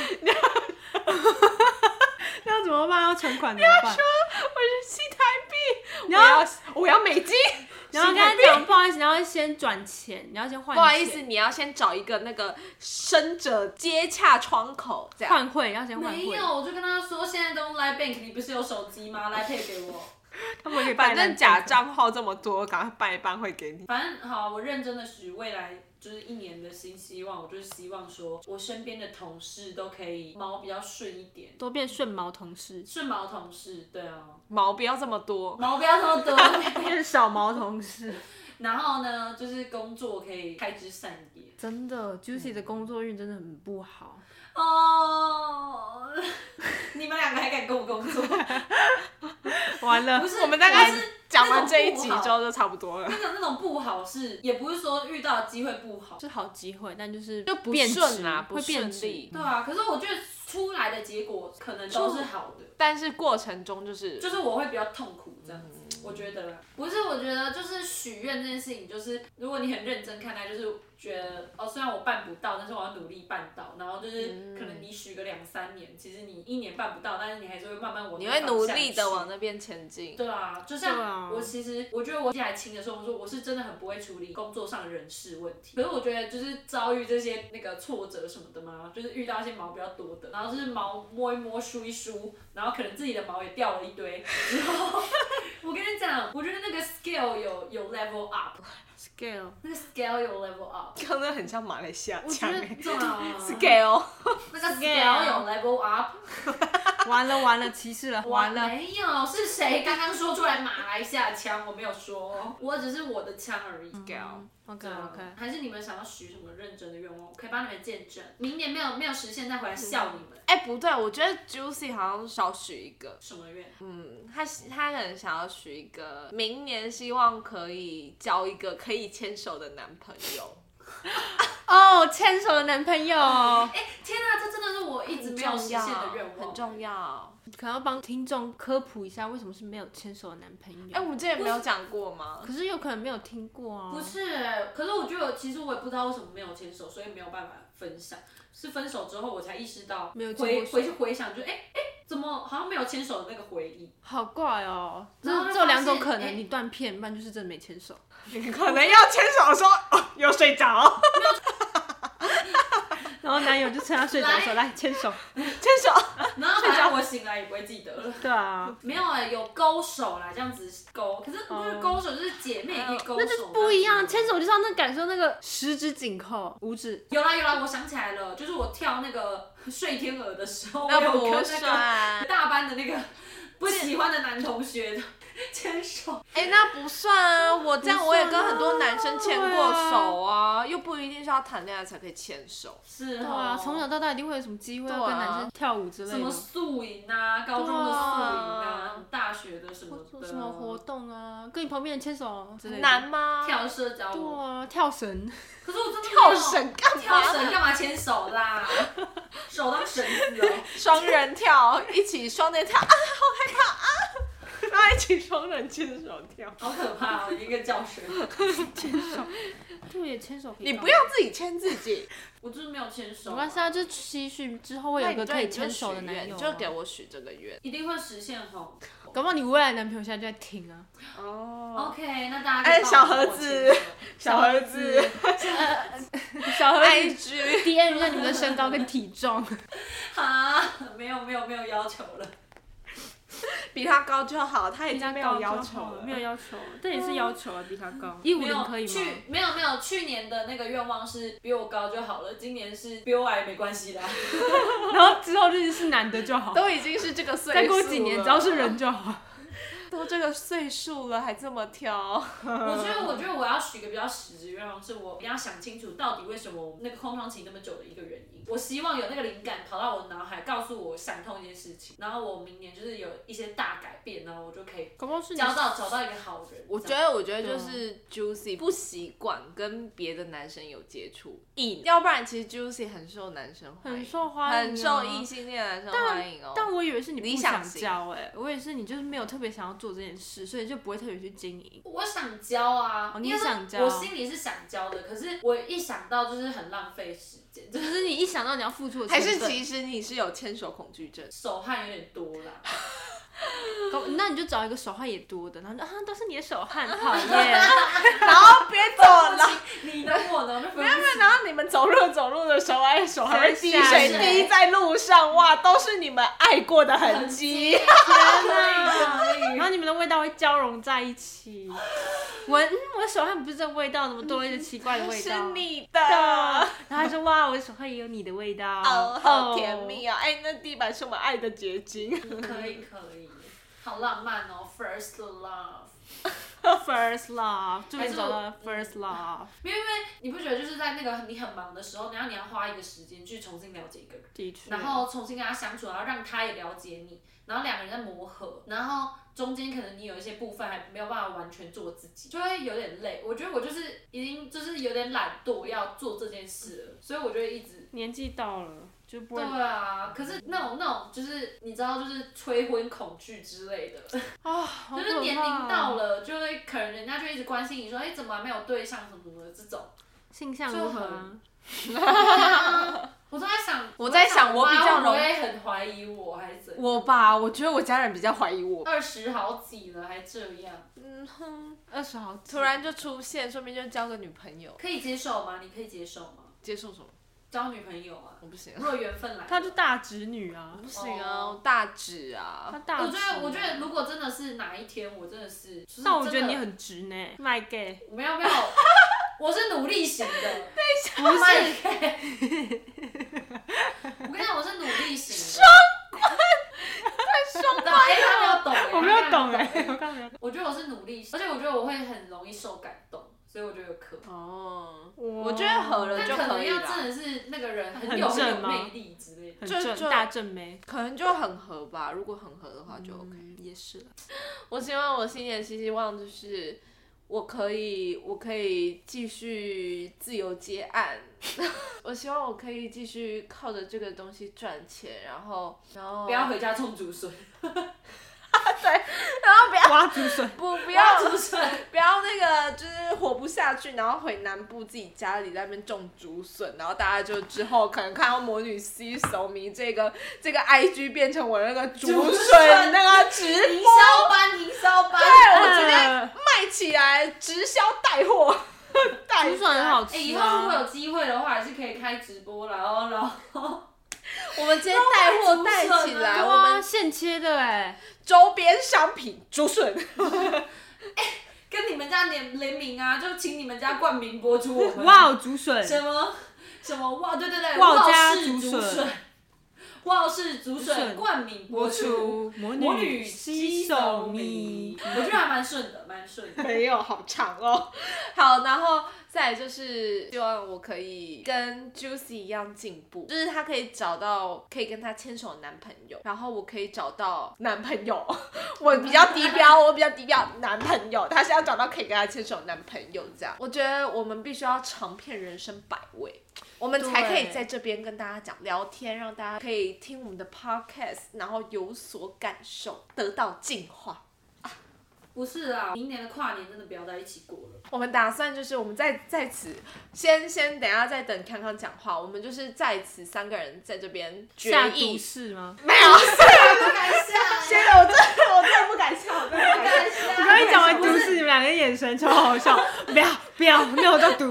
那要怎么办？要存款怎么办？
我是西台币，我
然后
要我要美金。
然后跟他讲，不好意思，你要先转钱，你要先换钱，
不好意思，你要先找一个那个生者接洽窗口，这样
换汇，要先换
没
汇。
有，我就跟他说，现在都用 Line Bank，你不是有手机吗？来配给我。
他们可以办
反正假账号这么多，赶快办一办会给你。
反正好，我认真的许未来就是一年的新希望，我就是希望说我身边的同事都可以毛比较顺一点，
都变顺毛同事，
顺毛同事，对啊，
毛不要这么多，
毛不要这么多。啊
变少毛同事。
然后呢，就是工作可以开枝散叶。
真的，Juicy 的工作运真的很不好。
哦， 你们两个还敢跟我工 作？
完了，
不是，
我们大概
我是
讲完这一集之后就差不多了。
那种那种不好是，也不是说遇到的机会不好，
是好机会，但就是
就不
变
顺
质
啊不
会变
顺利
质。
对啊。可是我觉得出来的结果可能都是好的。
但是过程中就是嗯
就是我会比较痛苦这样子，我觉得啦，不是，我觉得就是许愿这件事情，就是如果你很认真看待，就是觉得哦，虽然我办不到，但是我要努力办到，然后就是
嗯
可能你许个两三年，其实你一年办不到，但是你还是会慢慢往那
你
个
会努
方向
力
去
的往那边前进。
对啊，就
对
像
啊
我其实，我觉得我进来轻的时候，我说我是真的很不会处理工作上的人事问题。可是我觉得就是遭遇这些那个挫折什么的嘛，就是遇到一些毛比较多的，然后就是毛摸一摸梳一梳，然后可能自己的毛也掉了一堆。然后 我跟你讲，我觉得那个 scale 有有 level up，
Scale，
那个 scale 有 level up，
刚刚很像马来西亚
我觉
腔
得
欸
对啊，
，scale
那个 scale 有 level up，
完了完了，歧视了，完了。
没有，是谁刚刚说出来马来西亚腔？我没有说哦，我只是我的腔而已。scale。
嗯 OK OK，
还是你们想要许什么认真的愿望？我可以帮你们见证，明年没有没有实现再回来笑你
嗯
们。
哎、不对，我觉得 Juicy 好像少许一个，
什么愿？
嗯，他他可能想要许一个，明年希望可以交一个可以牵手的男朋友。
哦，牵手的男朋友，哎
天啊，这真的是我一直没有实现的愿望。
很重要。
可能要帮听众科普一下，为什么是没有牵手的男朋友？
哎、我们之前没有讲过吗？
可是有可能没有听过啊。
不是、可是我觉得其实我也不知道为什么没有牵手，所以没有办法分享。是分手之后我才意识到，
没有牵
回
过手
回去回想就，哎哎，怎么好像没有牵手的那个回 忆？
好怪哦，只
然后
有
他
只有两种
发现
可
哎
能，你断片，不然就是真的没牵手。
可能要牵手的时候、哦、有睡着，
然后男友就趁他睡着的时候来牵手，
牵手。
然后反正我醒来也不会记得了。
对啊，
没有啊、有勾手啦，这样子勾。可是不是勾手，就是姐妹也可以勾手，
哦那就是不一样。
这
牵
子
手就是要那感受那个十指紧扣，五指
有啦有啦，我想起来了，就是我跳那个 睡天鹅的时候，我
那
有跟
不
那
算。
个
哎、
大班的那 个不喜欢的男同学牵手。
哎
那不算啊！我这样我也
不
跟
算啊
很多男生牵过手啊，又不一定是要谈恋爱才可以牵手。
是
对
哦
啊，从小到大一定会有什么机会要
对
跟
啊
男生跳舞之类
什么
的，
宿营啊，高中的宿营啊，大学的什么
做
的，
什么活动啊，跟你旁边人牵手之类的。
难吗？
跳社交舞。
对啊，跳绳，
可是我真的没有
跳绳干嘛？
跳绳干嘛牵手啦？ 手当绳子哦。
双人跳，一起双人跳啊，好害怕啊！然后一起双人牵手跳。
好可怕哦！一个叫声，
对，牵手可以
你
干
不
嘛
要自己牵自己，
我就是没有牵手、
没关系啊，就是期许之后会有一个可以牵手的男友啊，
就给我许这个愿。
一定会实现吼。
搞不好你未来的男朋友现在就在听啊，
哦，
OK，那大家可
哎
以帮我
小盒子
牵手
小盒子，
小盒子
IG
DM 一下你们的身高跟体 重。
啊， 没有没有没有要求了。
比他高就好，他已
比他
经没
高
有
就
要
好
求了，
没有要求，这也是要求啊，比他高 一五
没
零
有
可以吗？
去没有没有，去年的那个愿望是比我高就好了，今年是比我矮没关系啦。
然后之后就是是男的就好，
都已经是这个岁数了，
再过几年只要是人就好。
都这个岁数了还这么挑，
我觉得，我觉得我要许一个比较实质的愿望，是我一定要想清楚到底为什么我那个空窗期那么久的一个原因。我希望有那个灵感跑到我脑海，告诉我想通一件事情，然后我明年就是有一些大改变，然后我就可以
搞不好是你
交到找到一个好人。
我觉
这样
得，我觉得就是 Juicy 不习惯跟别的男生有接触，异，要不然其实 Juicy 很受男生欢迎，
很受欢迎啊
很受异性恋男生欢迎哦。
但我以为是你
理
不
想
想
型
交哎、我也是你就是没有特别想要做这件事，所以就不会特别去经营。
我想交啊，
哦你
因为
想交
我心里是想交的，可是我一想到就是很浪费时间，就
只
是
是你一想到你要付出的
还
成
是
本，
其实你是有牵手恐惧症，
手汗有点多啦。
搞那你就找一个手汗也多的，然后就啊都是你的手 汗，讨厌。
然后别走 了，
你的我呢？那不是
然后你们走路走路的时候，哎，手还会滴
还会
水
下水
滴在路上，哇，都是你们爱过的痕迹。
天
然后你们的味道会交融在一起，闻嗯我的手汗不是这味道，怎么多了一个奇怪的味道？
是你的，
的然后他说哇，我的手汗也有你的味道，
哦，好甜蜜啊！哎，那地板是我们爱的结晶。
可以可以，好浪漫哦，first love。
哦。First love，终于找到了 first love，
因为你不觉得就是在那个你很忙的时候，然后你要花一个时间去重新了解一个人，
的确。
然后重新跟他相处，然后让他也了解你，然后两个人在磨合，然后中间可能你有一些部分还没有办法完全做自己，就会有点累。我觉得我就是已经就是有点懒惰要做这件事了，所以我就会一直。
年纪到了就不
对
会
啊，可是那种那种就是你知道，就是催婚恐惧之类的，
啊，好
就是年龄到
了，
了，就会可能人家就一直关心你说，哎、怎么还没有对象什么什么的这 种。
性向
就
如何
很
啊？
我都在想，
我在想我比较容
我
易
也很怀疑我还是怎样。
我吧，我觉得我家人比较怀疑我。
二十好几了还这样，
嗯哼，
二十好，
突然就出现，说明就交个女朋友，
可以接受吗？你可以接受吗？
接受什么？
交女朋友 啊，
我不行
如，果缘分来了，
他就大侄女啊
我，不行啊，
哦
我大指
他
啊，
大
我
侄
觉
啊。
得，我觉得如果真的是哪一天，我真的是，就是、
但我觉得你很直呢，My gay，
没有没有，我是努力型的，Oh
不是
我跟你讲，我是努力型的。 哎双关，太双关了！
我没有懂
哎、
哎，我刚没有。
我觉得我是努力型，而且我觉得我会很容易受感动，所以我觉得有可能。
哦，
我
我觉得合了
但
就
可能
可以
要
了
真。的是那个人很
很
有很
正
有
吗
魅力之类的。
很
就
正
就
大正妹，
可能就很合吧，如果很合的话就 OK。
嗯也是啦。
我希望我新年新希望就是，我可以我可以继续自由接案， 我希望我可以继续靠着这个东西赚钱，然后然后
不要回家种竹笋，
然后不要
挖竹笋，
不 不
不
要
竹笋，
不要那个，就是活不下去，然后回南部自己家里在那边种竹笋，然后大家就之后可能看到魔女 C 手迷这个这个 IG 变成我那个竹
竹
笋
笋
那个直
营
播，
销班，营销班。
对我直接
呃
卖起来，直销带货，带
竹笋很好
哎、
吃
以后如果
啊。
有机会的话，还是可以开直播，然后然后
我们今天带货带起来，我
哇，
们
现切的
欸
哎，
周边商品竹笋，
跟你们家联联名啊，就请你们家冠名播出我们。
哇，竹笋，
什么什么哇？对对对，
哇家
氏
竹
竹
笋
笋，哇氏竹
竹笋
笋冠名播出。
魔
魔女
西
西
手
手
迷
迷，，我觉得还蛮顺的，蛮顺的。
没有好长哦。 好，然后再来就是希望我可以跟 Juicy 一样进步，就是他可以找到可以跟他牵手的男朋友，然后我可以找到男朋友， 我比较低标，我比较低标男朋友，他是要找到可以跟他牵手的男朋友这样。我觉得我们必须要尝遍人生百味。我们才可以
对
在这边跟大家讲聊天，让大家可以听我们的 podcast，然后有所感受，得到进化。
不是啊，明年的跨年真的不要在一起过了。
我们打算就是我们在在此先先等一下再等康康讲话，我们就是在此三个人在这边决
下毒
议，
誓吗？
没有，
不敢下，
真的我真的我真的不敢笑，我真的不敢笑。
不敢下。
刚一讲完
不
毒
是
誓，你们两个眼眼神，超好笑。不要不要，没有在读。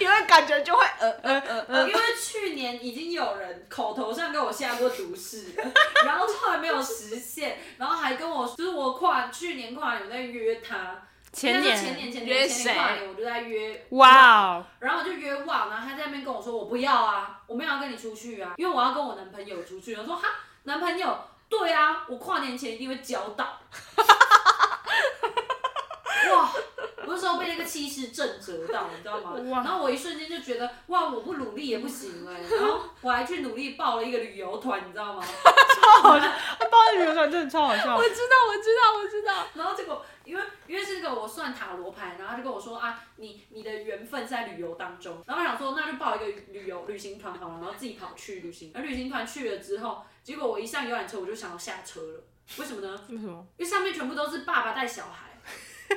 因为感觉就会呃呃呃
因为去年已经有人口头上跟我下过毒誓了， 然后后来没有实现，然后还跟我就是我跨去年跨年我在约他，
前
应该
年
是前年前
约
年前年跨
谁
年我就在约
哇哦，
然后我就约哇，然后他在那边跟我说我不要啊，我没有要跟你出去啊，因为我要跟我男朋友出去。我说哈，男朋友，对啊，我跨年前一定会交到。哇，我那时候被那个气势震慑到，你知道吗？
哇
然后我一瞬间就觉得哇，我不努力也不行哎、然后我还去努力报了一个旅游团，你知道吗？
他抱着女友真的超好笑
我。知道，我知道，我知道。
然后结果因为因为是那个我算塔罗牌，然后他就跟我说啊，你你的缘分在旅游当中。然后我想说那就报一个旅游旅行团好了，然后自己跑去旅行。而旅行团去了之后，结果我一上游览车我就想要下车了，为什么呢？
为什么？
因为上面全部都是爸爸带小孩。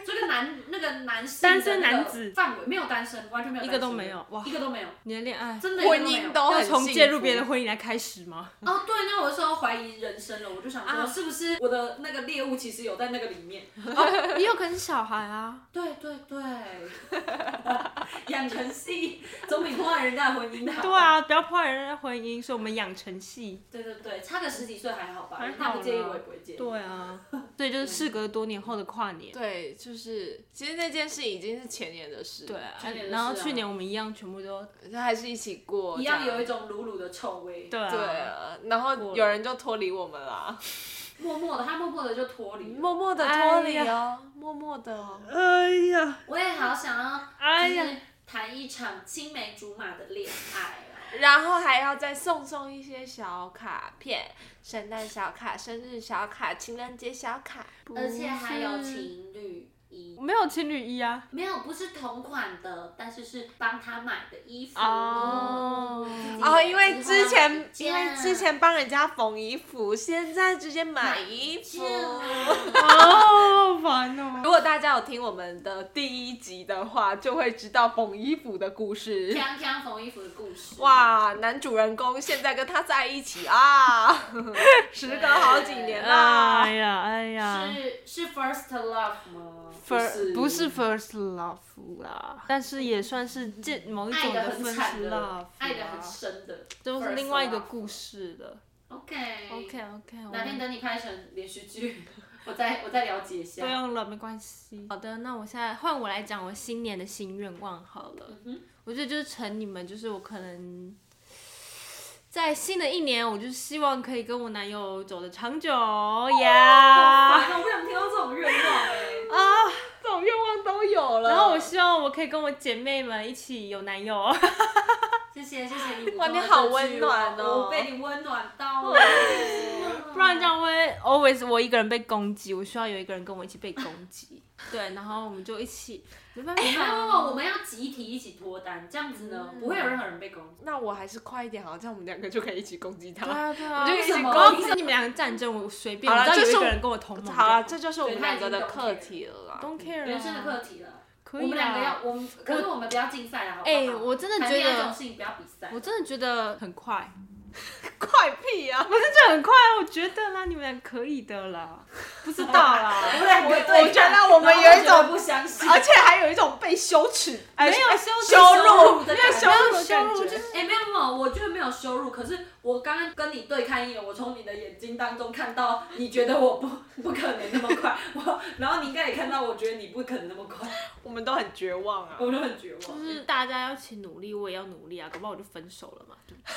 这个男那个男性
单
的
身
那个
男子
范围没有单身，完全没有
一个
单
都
身
没
的
有哇
一个都没有，
你的恋爱
真的一个
婚
都没有
姻都
要
很
从介入别人
幸
的婚姻来开始吗？
哦，对，那我那时候怀疑人生了，我就想说
啊
是不是我的那个猎物其实有在那个里面，
也有可能是小孩啊。
对对对，养成系总比破坏人家的婚姻好。
对，啊，不要破坏人家婚姻，是我们养成系。
对对对，差个十几岁还好吧
还好？
他不介意，
啦
我也不会介意。
对啊，所以就是事隔多年后的跨年。
福对，就是其实那件事已经是前年的事，
对啊
去年的事啊
然后去年我们一样全部都
就还是一起过，
一样
这
有一种鲁鲁的臭味。
对，啊，
对啊，然后有人就脱离我们啦，
默默的，他默默的就脱离了。
默默的脱离哦，默默的哦。
哎呀，
我也好想要，
哎
就
呀
是谈一场青梅竹马的恋爱哦。
然后还要再送送一些小卡片，圣诞小卡、生日小卡、情人节小卡。
而且还有情侣衣，
没有情侣衣啊。
没有不是同款的，但是是帮他买的衣服。
哦
自己
哦，因为
喜欢
之前
几
因
件
为之前帮人家缝衣服，现在直接买衣 服。
就
哦，好烦哦。
如果大家有听我们的第一集的话，就会知道缝衣服的故事。
锵锵缝衣服的故事。
哇，男主人公现在跟他在一起啊， 时隔好几年啦
哎。呀，哎呀。
是是 first love 吗
first 不是 first love 啦，但是也算是这某一
爱
种
的很
first
惨
love，
的
啦，
爱的很深的，
都是
first
另外一个
love
故。事了。
OK
OK OK，我
哪天
们
等你拍成连续剧， 我再我再了解一下
不。用了，没关系。好的，那我现在换我来讲我新年的新愿望好了。
嗯哼
我觉得就是承你们，就是我可能在新的一年，我就希望可以跟我男友走得长久呀。
啊！我不想听到这种愿望哎。
啊
这种愿望都有了。
然后我希望我可以跟我姐妹们一起有男友。
谢谢谢谢你，
哇你好温暖哦
我被你温暖到了。
不然这样会 always 我一个人被攻击，我需要有一个人跟我一起被攻 击。对，然后我们就一起，没办法，
没有
哎
没有没有，我们要集体一起脱单，这样子呢，
嗯
不会有任何人被攻击。
那我还是快一点好了，这样我们两个就可以一起攻击
对
他。
啊对啊，
我就一起
为什么
攻击
只是你们两个战争，我随便，
好
我
啦
只要有一
这是
个
我
人跟我同盟。
好了，啊这就是我
对
们
他
两
已经
个的
懂
课
了
题了啦。
，don't care，啊
人生的课题了。
可以啊
我们两个要，我们可是我们不要竞赛啊！好不好
哎我真的
谈
觉
恋爱
得
这种事情不要比赛
我。真的觉得很快，
快屁 啊！
不是就很快啊，我觉得啦，你们俩可以的 啦，不知道啦，
我们两个对
我觉得我们
然后
有
觉
一
得
种啊
不相信，
而且还有一种被羞 耻，
没
哎
有羞耻
羞
羞
辱
辱的
因为
感
羞
觉
辱的
羞
感
辱
觉
就是
哎、没有没有，我觉得没有羞辱。可是我刚刚跟你对看一眼，我从你的眼睛当中看到，你觉得我不不可能那么快，我然后你应该也看到，我觉得你不可能那么快，
我们都很绝望啊。
我就很绝望。
就是大家要一起努力，我也要努力啊，搞不好我就分手了嘛，对不对？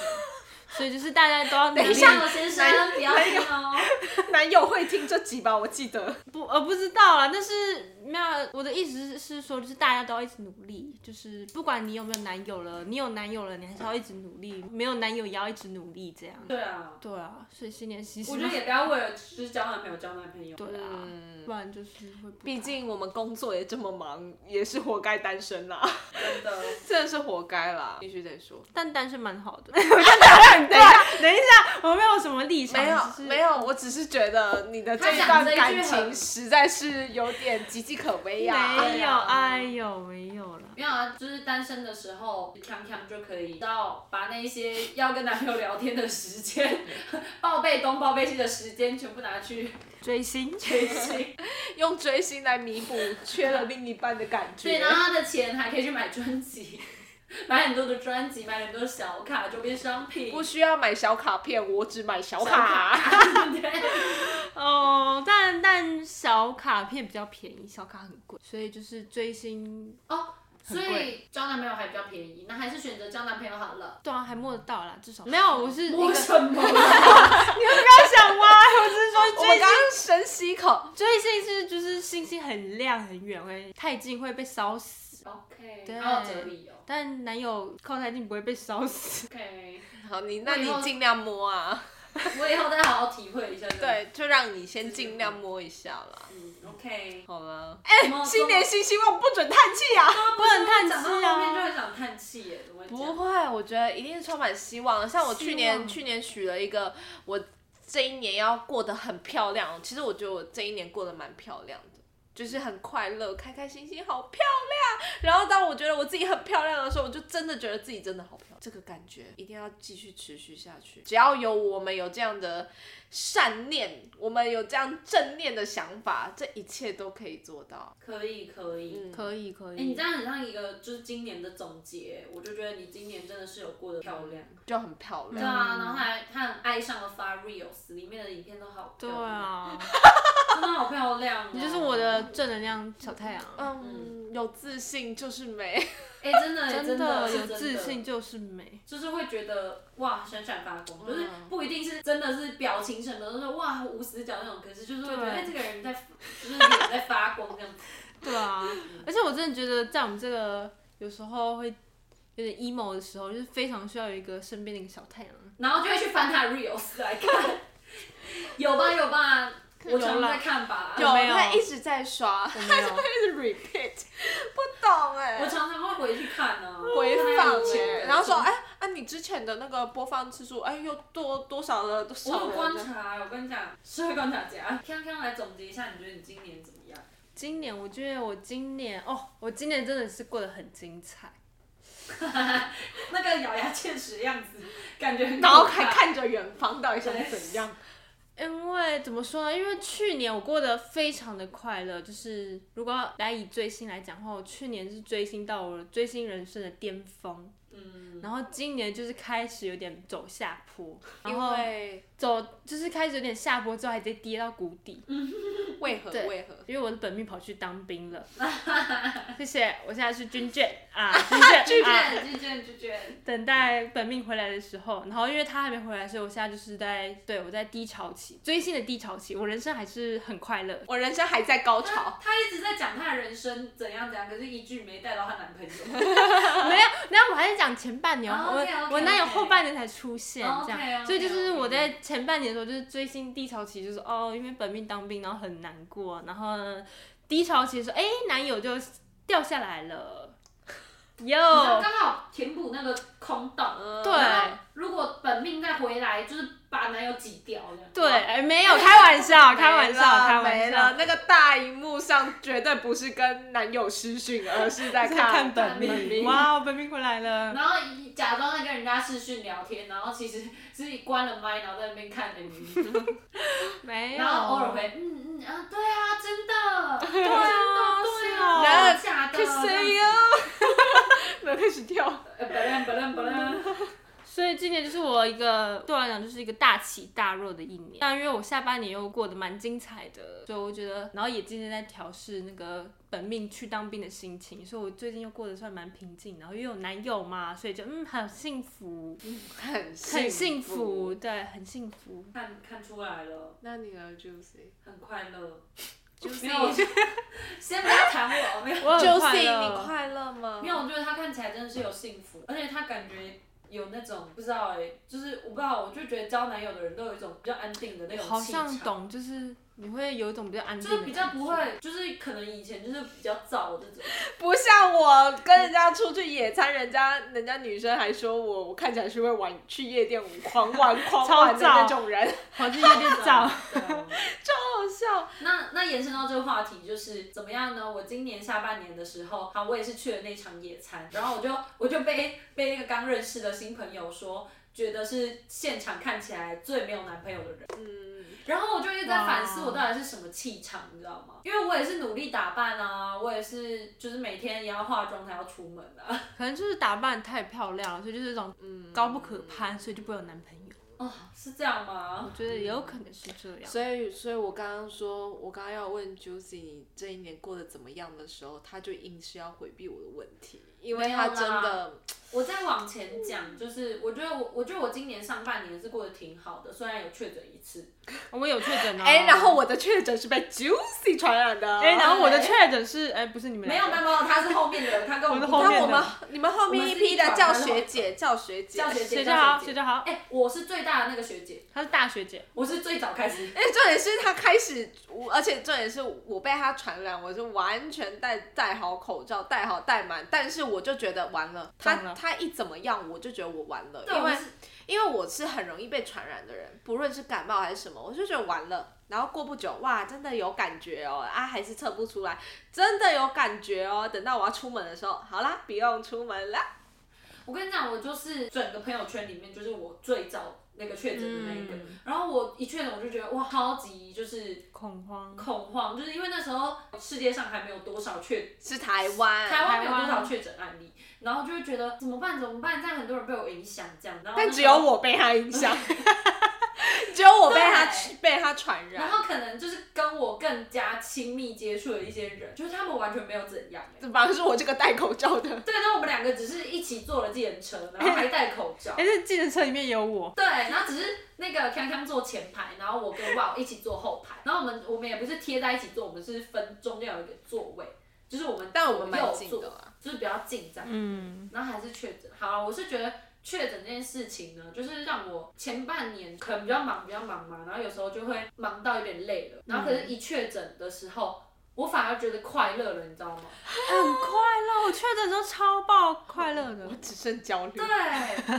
所以就是大家都要努
等一
力。
下，先生，不要听哦。
男友会听这集吧？我记得。
不，呃，不知道啦，但是没有，我的意思是说，就是大家都要一直努力，就是不管你有没有男友了，你有男友了，你还是要一直努力；没有男友也要一直努力，这样。
对啊，
对啊，所以新年新希
我觉得
望。
也不要为了就是交男朋友交男朋友。
对啊，
嗯
不然就是会不
毕竟我们工作也这么忙，也是活该单身啦，
真的。
真的是活该啦，必须得说。
但单身蛮好的。我 就打很怪，等一下，我没有什么立场，
没有
只是
没有，我只是觉得你的这
他
一
讲
段
这一句
感
很
情实在是有点岌岌可危呀、啊
没有，
呀
哎呦，有没有啦，
没有啊，就是单身的时候，康康就可以到把那一些要跟男朋友聊天的时间，报备东报备西的时间，全部拿去
追星。
追星。
用追星来弥补缺了另一半的感觉。
对，然后他的钱还可以去买专辑， 买很多的专辑，买很多小卡周边商品。
不需要买小卡片，我只买小
小
卡。
对，
哦，但但小卡片比较便宜，小卡很贵，所以就是追星，
哦，所
很
以交男朋友还比较便宜，那还是选择交男朋友好了。
对啊，还摸得到啦，至少没有，我是一
摸
个
什 么？
不想歪，我只是说
我
追
刚
星
刚深吸一口，
追星是就是星星很亮很远，会太近会被烧死，对
OK，好有哲理哦。
但男友靠太近不会被烧死。
OK，
好，你
我
那
以后
你尽量摸啊，
我以后再好好体会一下。，
对，就让你先尽量摸一下啦。
嗯，OK。
好了，哎、
摸
新年新希望，不准叹气啊！
不
能叹气啊
讲到后面就很想叹气耶，怎么讲？
不会，我觉得一定是充满希望的。像我去
希
年，
望
去年许了一个，我这一年要过得很漂亮。其实我觉得我这一年过得蛮漂亮的，就是很快乐，开开心心，好漂亮。然后当我觉得我自己很漂亮的时候，我就真的觉得自己真的好漂亮。这个感觉一定要继续持续下去。只要有我们有这样的善念，我们有这样正念的想法，这一切都可以做到。
可以可以。
嗯，
可以可
哎、你
以
这，样很像一个就是今年的总结，我就觉得你今年真的是有过得漂亮。
嗯
就很漂
对
亮。
啊，然后还他很爱上了发 reels，里面的影片都好漂
对
亮，
啊，
真的好漂亮、哦。
你就是我的正能量小太阳。
嗯，有自信就是美。
哎、真的真
真的
是
有
真的
自信，就 是美，
就是会觉得哇闪闪发光，就是
嗯
不一定是真的是表情什么的都是哇无死角那种，可是就是会觉得
对
哎、这个人在就是脸在发光这样子。
对啊，而且我真的觉得在我们这个有时候会有点 emo 的时候，就是非常需要有一个身边的一个小太阳。
然后就会去翻他的 reels 来看， 有吧有吧，我常在看吧，
有没有
他一直在刷，
我没有，
一直 repeat，不懂哎、
我常常会回去看啊呢、
回放
看以
哎、
前的
然后说哎、啊你之前的那个播放次数哎、又多多少了多
我
少
有观
了？
察，我跟你讲，社会观察家，康康来总结一下，你觉得你今年怎么样？
今年我觉得我今年哦，我今年真的是过得很精彩，
那个咬牙切齿的样子，感觉很
然后
可怕
还看着远方，到底想怎样？
因为怎么说呢？因为去年我过得非常的快乐，就是如果要来以追星来讲的话，我去年是追星到我的追星人生的巅峰，
嗯，
然后今年就是开始有点走下坡，然
因
后
为
走就是开始有点下坡之后，还直接跌到谷底，
为何
对
为何？
因为我的本命跑去当兵了。谢谢，我现在是军眷啊，军眷，
拒
啊
绝拒绝拒绝，
等待本命回来的时候，然后因为他还没回来，所以我现在就是在对我在低潮期，追星的低潮期，我人生还是很快乐。
我人生还在高潮，
他一直在讲他的人生怎样怎样，可是一句没带到她男朋 友。
没有，那我还是讲前半年，
哦
我
OK，OK，OK
我哪有后半年才出现
哦
这样，
OK，OK，OK
所以就是我在前半年的时候，就是追星低潮期，就是哦，因为本命当兵，然后很难过，然后呢低潮期的时候，哎，男友就掉下来了，
你知道
哟，
刚好填补那个空洞。
对
然后如果本命再回来，就是把男友挤掉这样。
对，哎，没有开玩笑，开玩笑，
没了
开
没
玩
了
笑，。
那个大荧幕上绝对不是跟男友失讯，而是在看
本命
哇，我本命回来了。
然后假装在跟人家视讯聊天，然后其实是关了麦，然后在那边看 MV，
没有，
然后偶尔回嗯嗯啊，对啊，真的， 对
啊
对啊，
是
啊
真的假的，
可 谁呀？然后开始跳，
呃？不然不然不然，
所以今年就是我一个对我来讲就是一个大起大落的一年。但因为我下半年又过得蛮精彩的，所以我觉得，然后也渐渐在调试那个本命去当兵的心情，所以我最近又过得算蛮平静。然后又有男友嘛，所以就嗯很幸福，
很
很幸福，。对，很幸福。
看看出来了，
那你呢，Juicy？
很快乐。
Juicy
没有， 我就先不要谈我，没有。
我很快
Juicy，你
乐。
快乐吗
没？有，我觉得他看起来真的是有幸福，而且他感觉有那种不知道欸哎、就是我不知道，我就觉得交男友的人都有一种比较安定的那种
好
气场。
像懂，就是你会有一种比较安定
就是
的感觉，
比较不会，就是可能以前就是比较燥这种，
不像我跟人家出去野餐，人家人家女生还说我我看起来是会玩去夜店狂玩狂玩 的那种人，
环境有点燥。
对啊
好笑。
那那延伸到这个话题就是怎么样呢？我今年下半年的时候，好，我也是去了那场野餐，然后我就我就被被那个刚认识的新朋友说，觉得是现场看起来最没有男朋友的人。
嗯，
然后我就一直在反思
哇
我到底是什么气场，你知道吗？因为我也是努力打扮啊，我也是就是每天也要化妆才要出门啊。
可能就是打扮太漂亮了，所以就是一种嗯高不可攀，所以就不会有男朋友。
哦，是这样吗
我？觉得也有可能是这样。
所以，所以我刚刚说，我刚刚要问 Juicy 你这一年过得怎么样的时候，他就硬是要回避我的问题，因为
没有
他真
啦
的
我再往前讲，就是我觉得我我觉得我今年上半年是过得挺好的，虽然有确诊一次。
我们有确诊啊。
哎、然后我的确诊是被 Juicy 传染的。
哎、然后我的确诊是哎、不是你们
没
两
有
个
没有没有，他是后面的，他跟我
我
们
是
不
后
同
面的
那我们你们后
我
面
们
一
是
批的
一
叫
团的
学姐，叫学姐，
叫学姐
谁叫好？谁
姐。
叫好？
哎、我是最大的那个学姐，
她是大学姐，
我是最早开始。
而且哎重点是他开始，我而且重点是我被他传染，我就完全戴戴好口罩，戴好戴满，但是我就觉得完了，他
中了
他一怎么样，我就觉得我完了，
对，
因
我
为
是
因为我是很容易被传染的人，不论是感冒还是什么，我就觉得完了。然后过不久，哇，真的有感觉哦，啊，还是测不出来，真的有感觉哦。等到我要出门的时候，好啦，不用出门啦。
我跟你讲，我就是整个朋友圈里面，就是我最早那个确诊的那一个。
嗯
然后我一确诊，我就觉得哇，超级就是
恐慌。
恐慌，就是因为那时候世界上还没有多少确，
是台湾，
台湾没有多
台湾
少确诊案例，然后就会觉得怎么办怎么办，这样很多人被我影响这样。然后
但
那时
只
候
有。我被他影 响，只有我被他
对
被他传染
然。后可能就是跟我更加亲密接触的一些人，就是他们完全没有怎样、欸。
反而是我这个戴口罩的，
对，那我们两个只是一起坐了计程车，然后还戴口 罩。
哎、这计程车里面有我，
对，然后只是那个康康坐前排，然后我跟 Wow 一起坐后排，然后我们我们也不是贴在一起坐，我们是分中间有一个座位，就是我们
但我们蛮
右
近
坐
的，啦。
就是比较近这样。
嗯，
然后还是确诊，好，啊我是觉得确诊这件事情呢，就是让我前半年可能比较忙，比较忙嘛，然后有时候就会忙到有点累了，然后可是一确诊的时候，我反而觉得快乐了，你知道吗？
很快乐。我确诊的时候超爆快乐的
我，只剩焦虑
对。，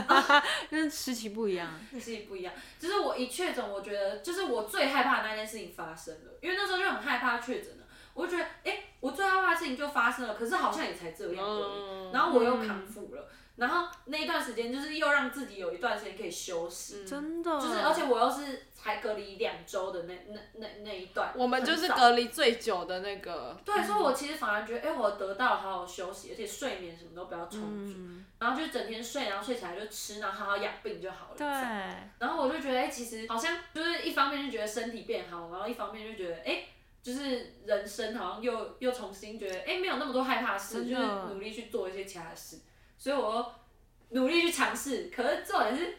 跟实体不一样。
自己不一样。就是我一确诊，我觉得就是我最害怕的那件事情发生了，因为那时候就很害怕确诊了。我就觉得，哎、我最害怕的事情就发生了，可是好像也才这样而
嗯
已。然后我又康复了，然后那一段时间就是又让自己有一段时间可以休息，
真的，
嗯
就是而且我又是才隔离两周的那那那那一段，
我们就
很
是
早
隔嗯离最久的那个，
对，所以我其实反而觉得，哎、我得到了好好休息，而且睡眠什么都不要充足，
嗯，
然后就整天睡，然后睡起来就吃，然后好好养病就好了。这，
对
样然后我就觉得，哎、其实好像就是一方面就觉得身体变好，然后一方面就觉得，哎、就是人生好像又又重新觉得，哎、没有那么多害怕的事，
真
就
的
是努力去做一些其他的事，所以我又努力去尝试。可是重点是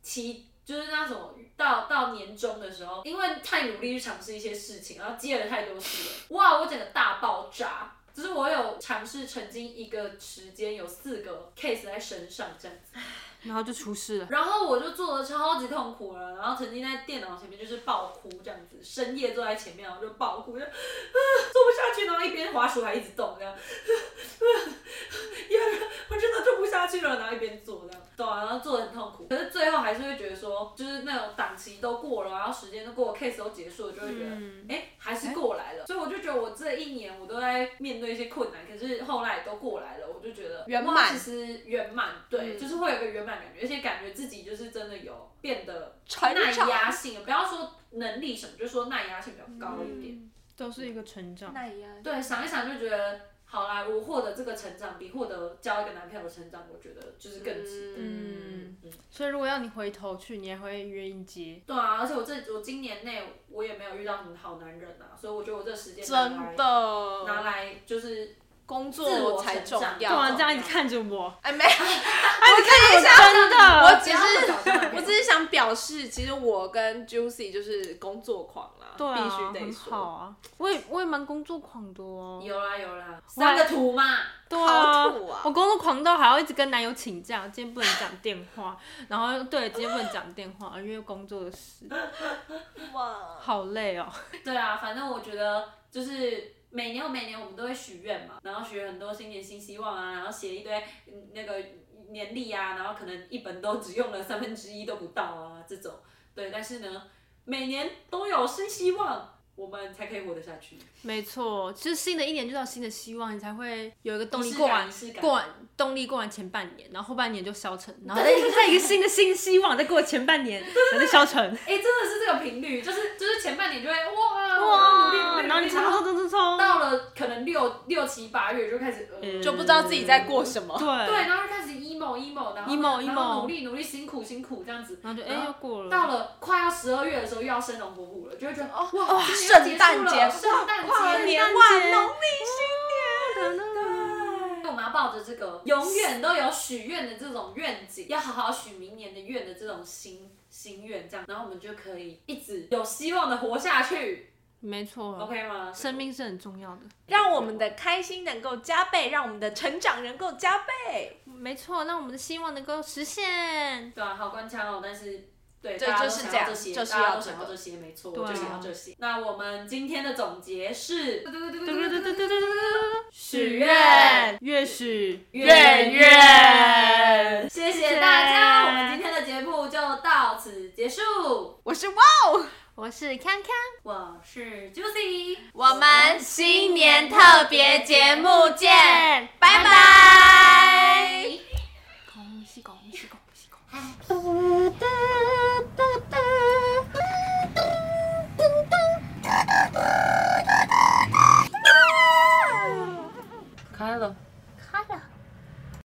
其就是那什么，到到年终的时候，因为太努力去尝试一些事情，然后接了太多事了，哇，我整个大爆炸。就是我有尝试曾经一个时间有四个 case 在身上这样子。
然后就出事了。
然后我就做的超级痛苦了，然后曾经在电脑前面就是爆哭这样子，深夜坐在前面然后就爆哭，就、啊、做不下去，然后一边滑鼠还一直动这样，啊啊因为我真的做不下去了，然后一边做这样，对啊，然后做的很痛苦，可是最后还是会觉得说，就是那种档期都过了，然后时间都过了，case 都结束了，就会觉得。
嗯，
哎、还是过来了，所以我就觉得我这一年我都在面对一些困难，可是后来都过来了，我就觉得
圆
哇
满
其实圆满，对，
嗯
就是会有一个圆满感觉，而且感觉自己就是真的有变得
成
耐
长
压性，不要说能力什么，就说耐压性比较高一点。
嗯
都是一个成长。
那样。
对，想一想就觉得，好啦，我获得这个成长，比获得交一个男朋友的成长，我觉得就是更值得。
嗯
嗯，
所以如果要你回头去，你也会愿意接。
对啊，而且我这我今年内我也没有遇到什么好男人啊，所以我觉得我这时间拿来
真的
拿来就是
工
自
作
我
才
成长
重
干嘛
要
这。样一直看着我？
哎，没有，
我真
我
的，
只是我
我
只是想表示，其实我跟 Juicy 就是工作狂啦，
对啊，
必须得
很
说
好。啊。我也我也蛮工作狂的哦。
有啦有啦，三个图嘛，
对啊，
好土啊
我工作狂到还要一直跟男友请假，今天不能讲电话， 然后对，今天不能讲电话，因为工作的事，
哇，
好累哦。
对啊，反正我觉得就是每年每年我们都会许愿嘛，然后许很多新年新希望啊，然后写一堆嗯那个年历啊，然后可能一本都只用了三分之一都不到啊这种。对，但是呢，每年都有新希望，我们才可以活得下去。
没错，其实新的一年就到新的希望，你才会有一个动
仪
力
式
过
感
完
仪式，感
过完动力过完前半年，然后后半年就消沉，然后再再一个新的新希望，再过前半年，然后再消沉，
哎、真的是这个频率，就是就是前半年就会 哇我要努
哇，
力努力努
然后你
力，
冲
然
冲
后
冲冲冲，
到了可能六六七八月就开始呃。
嗯
就不知道自己在过什么。
对，
对，
然后就开始 emo emo，然后
emo，
然后
emo
努力努力辛苦辛苦这样子，
然后就
然
哎
后
又过了，
到了快要十二月的时候，又要生龙活虎了，就会觉得哦，哇，
哇
今年
圣
要
诞
结束
节
了圣诞
跨
节，
年哦
圣诞
哇，
节
农历新年，
我们要啊抱着这个永远都有许愿的这种愿景，要好好许明年的愿的这种心心愿，这样，然后我们就可以一直有希望的活下去
没错，
，OK 吗？
生命是很重要的。
让我们的开心能够加倍，让我们的成长能够加倍。
没错，让我们的希望能够实现。
对啊，好官腔哦，但是对，
对
大家都
就是
想
这
要
样
这些，
就是
大家
要
都
这
想要
个
这些，没错，
对啊
就想要这些。那我们今天的总结是，
嘟嘟嘟嘟嘟嘟嘟嘟，
许愿，
越许
越
愿。
谢谢大家，我们今天的节目就到此结束。
我是哇哦，
我是康康，
我是 Juicy，
我们新年特别节目见，拜
拜
拜。
恭喜恭喜恭喜恭喜！
开了。
开了。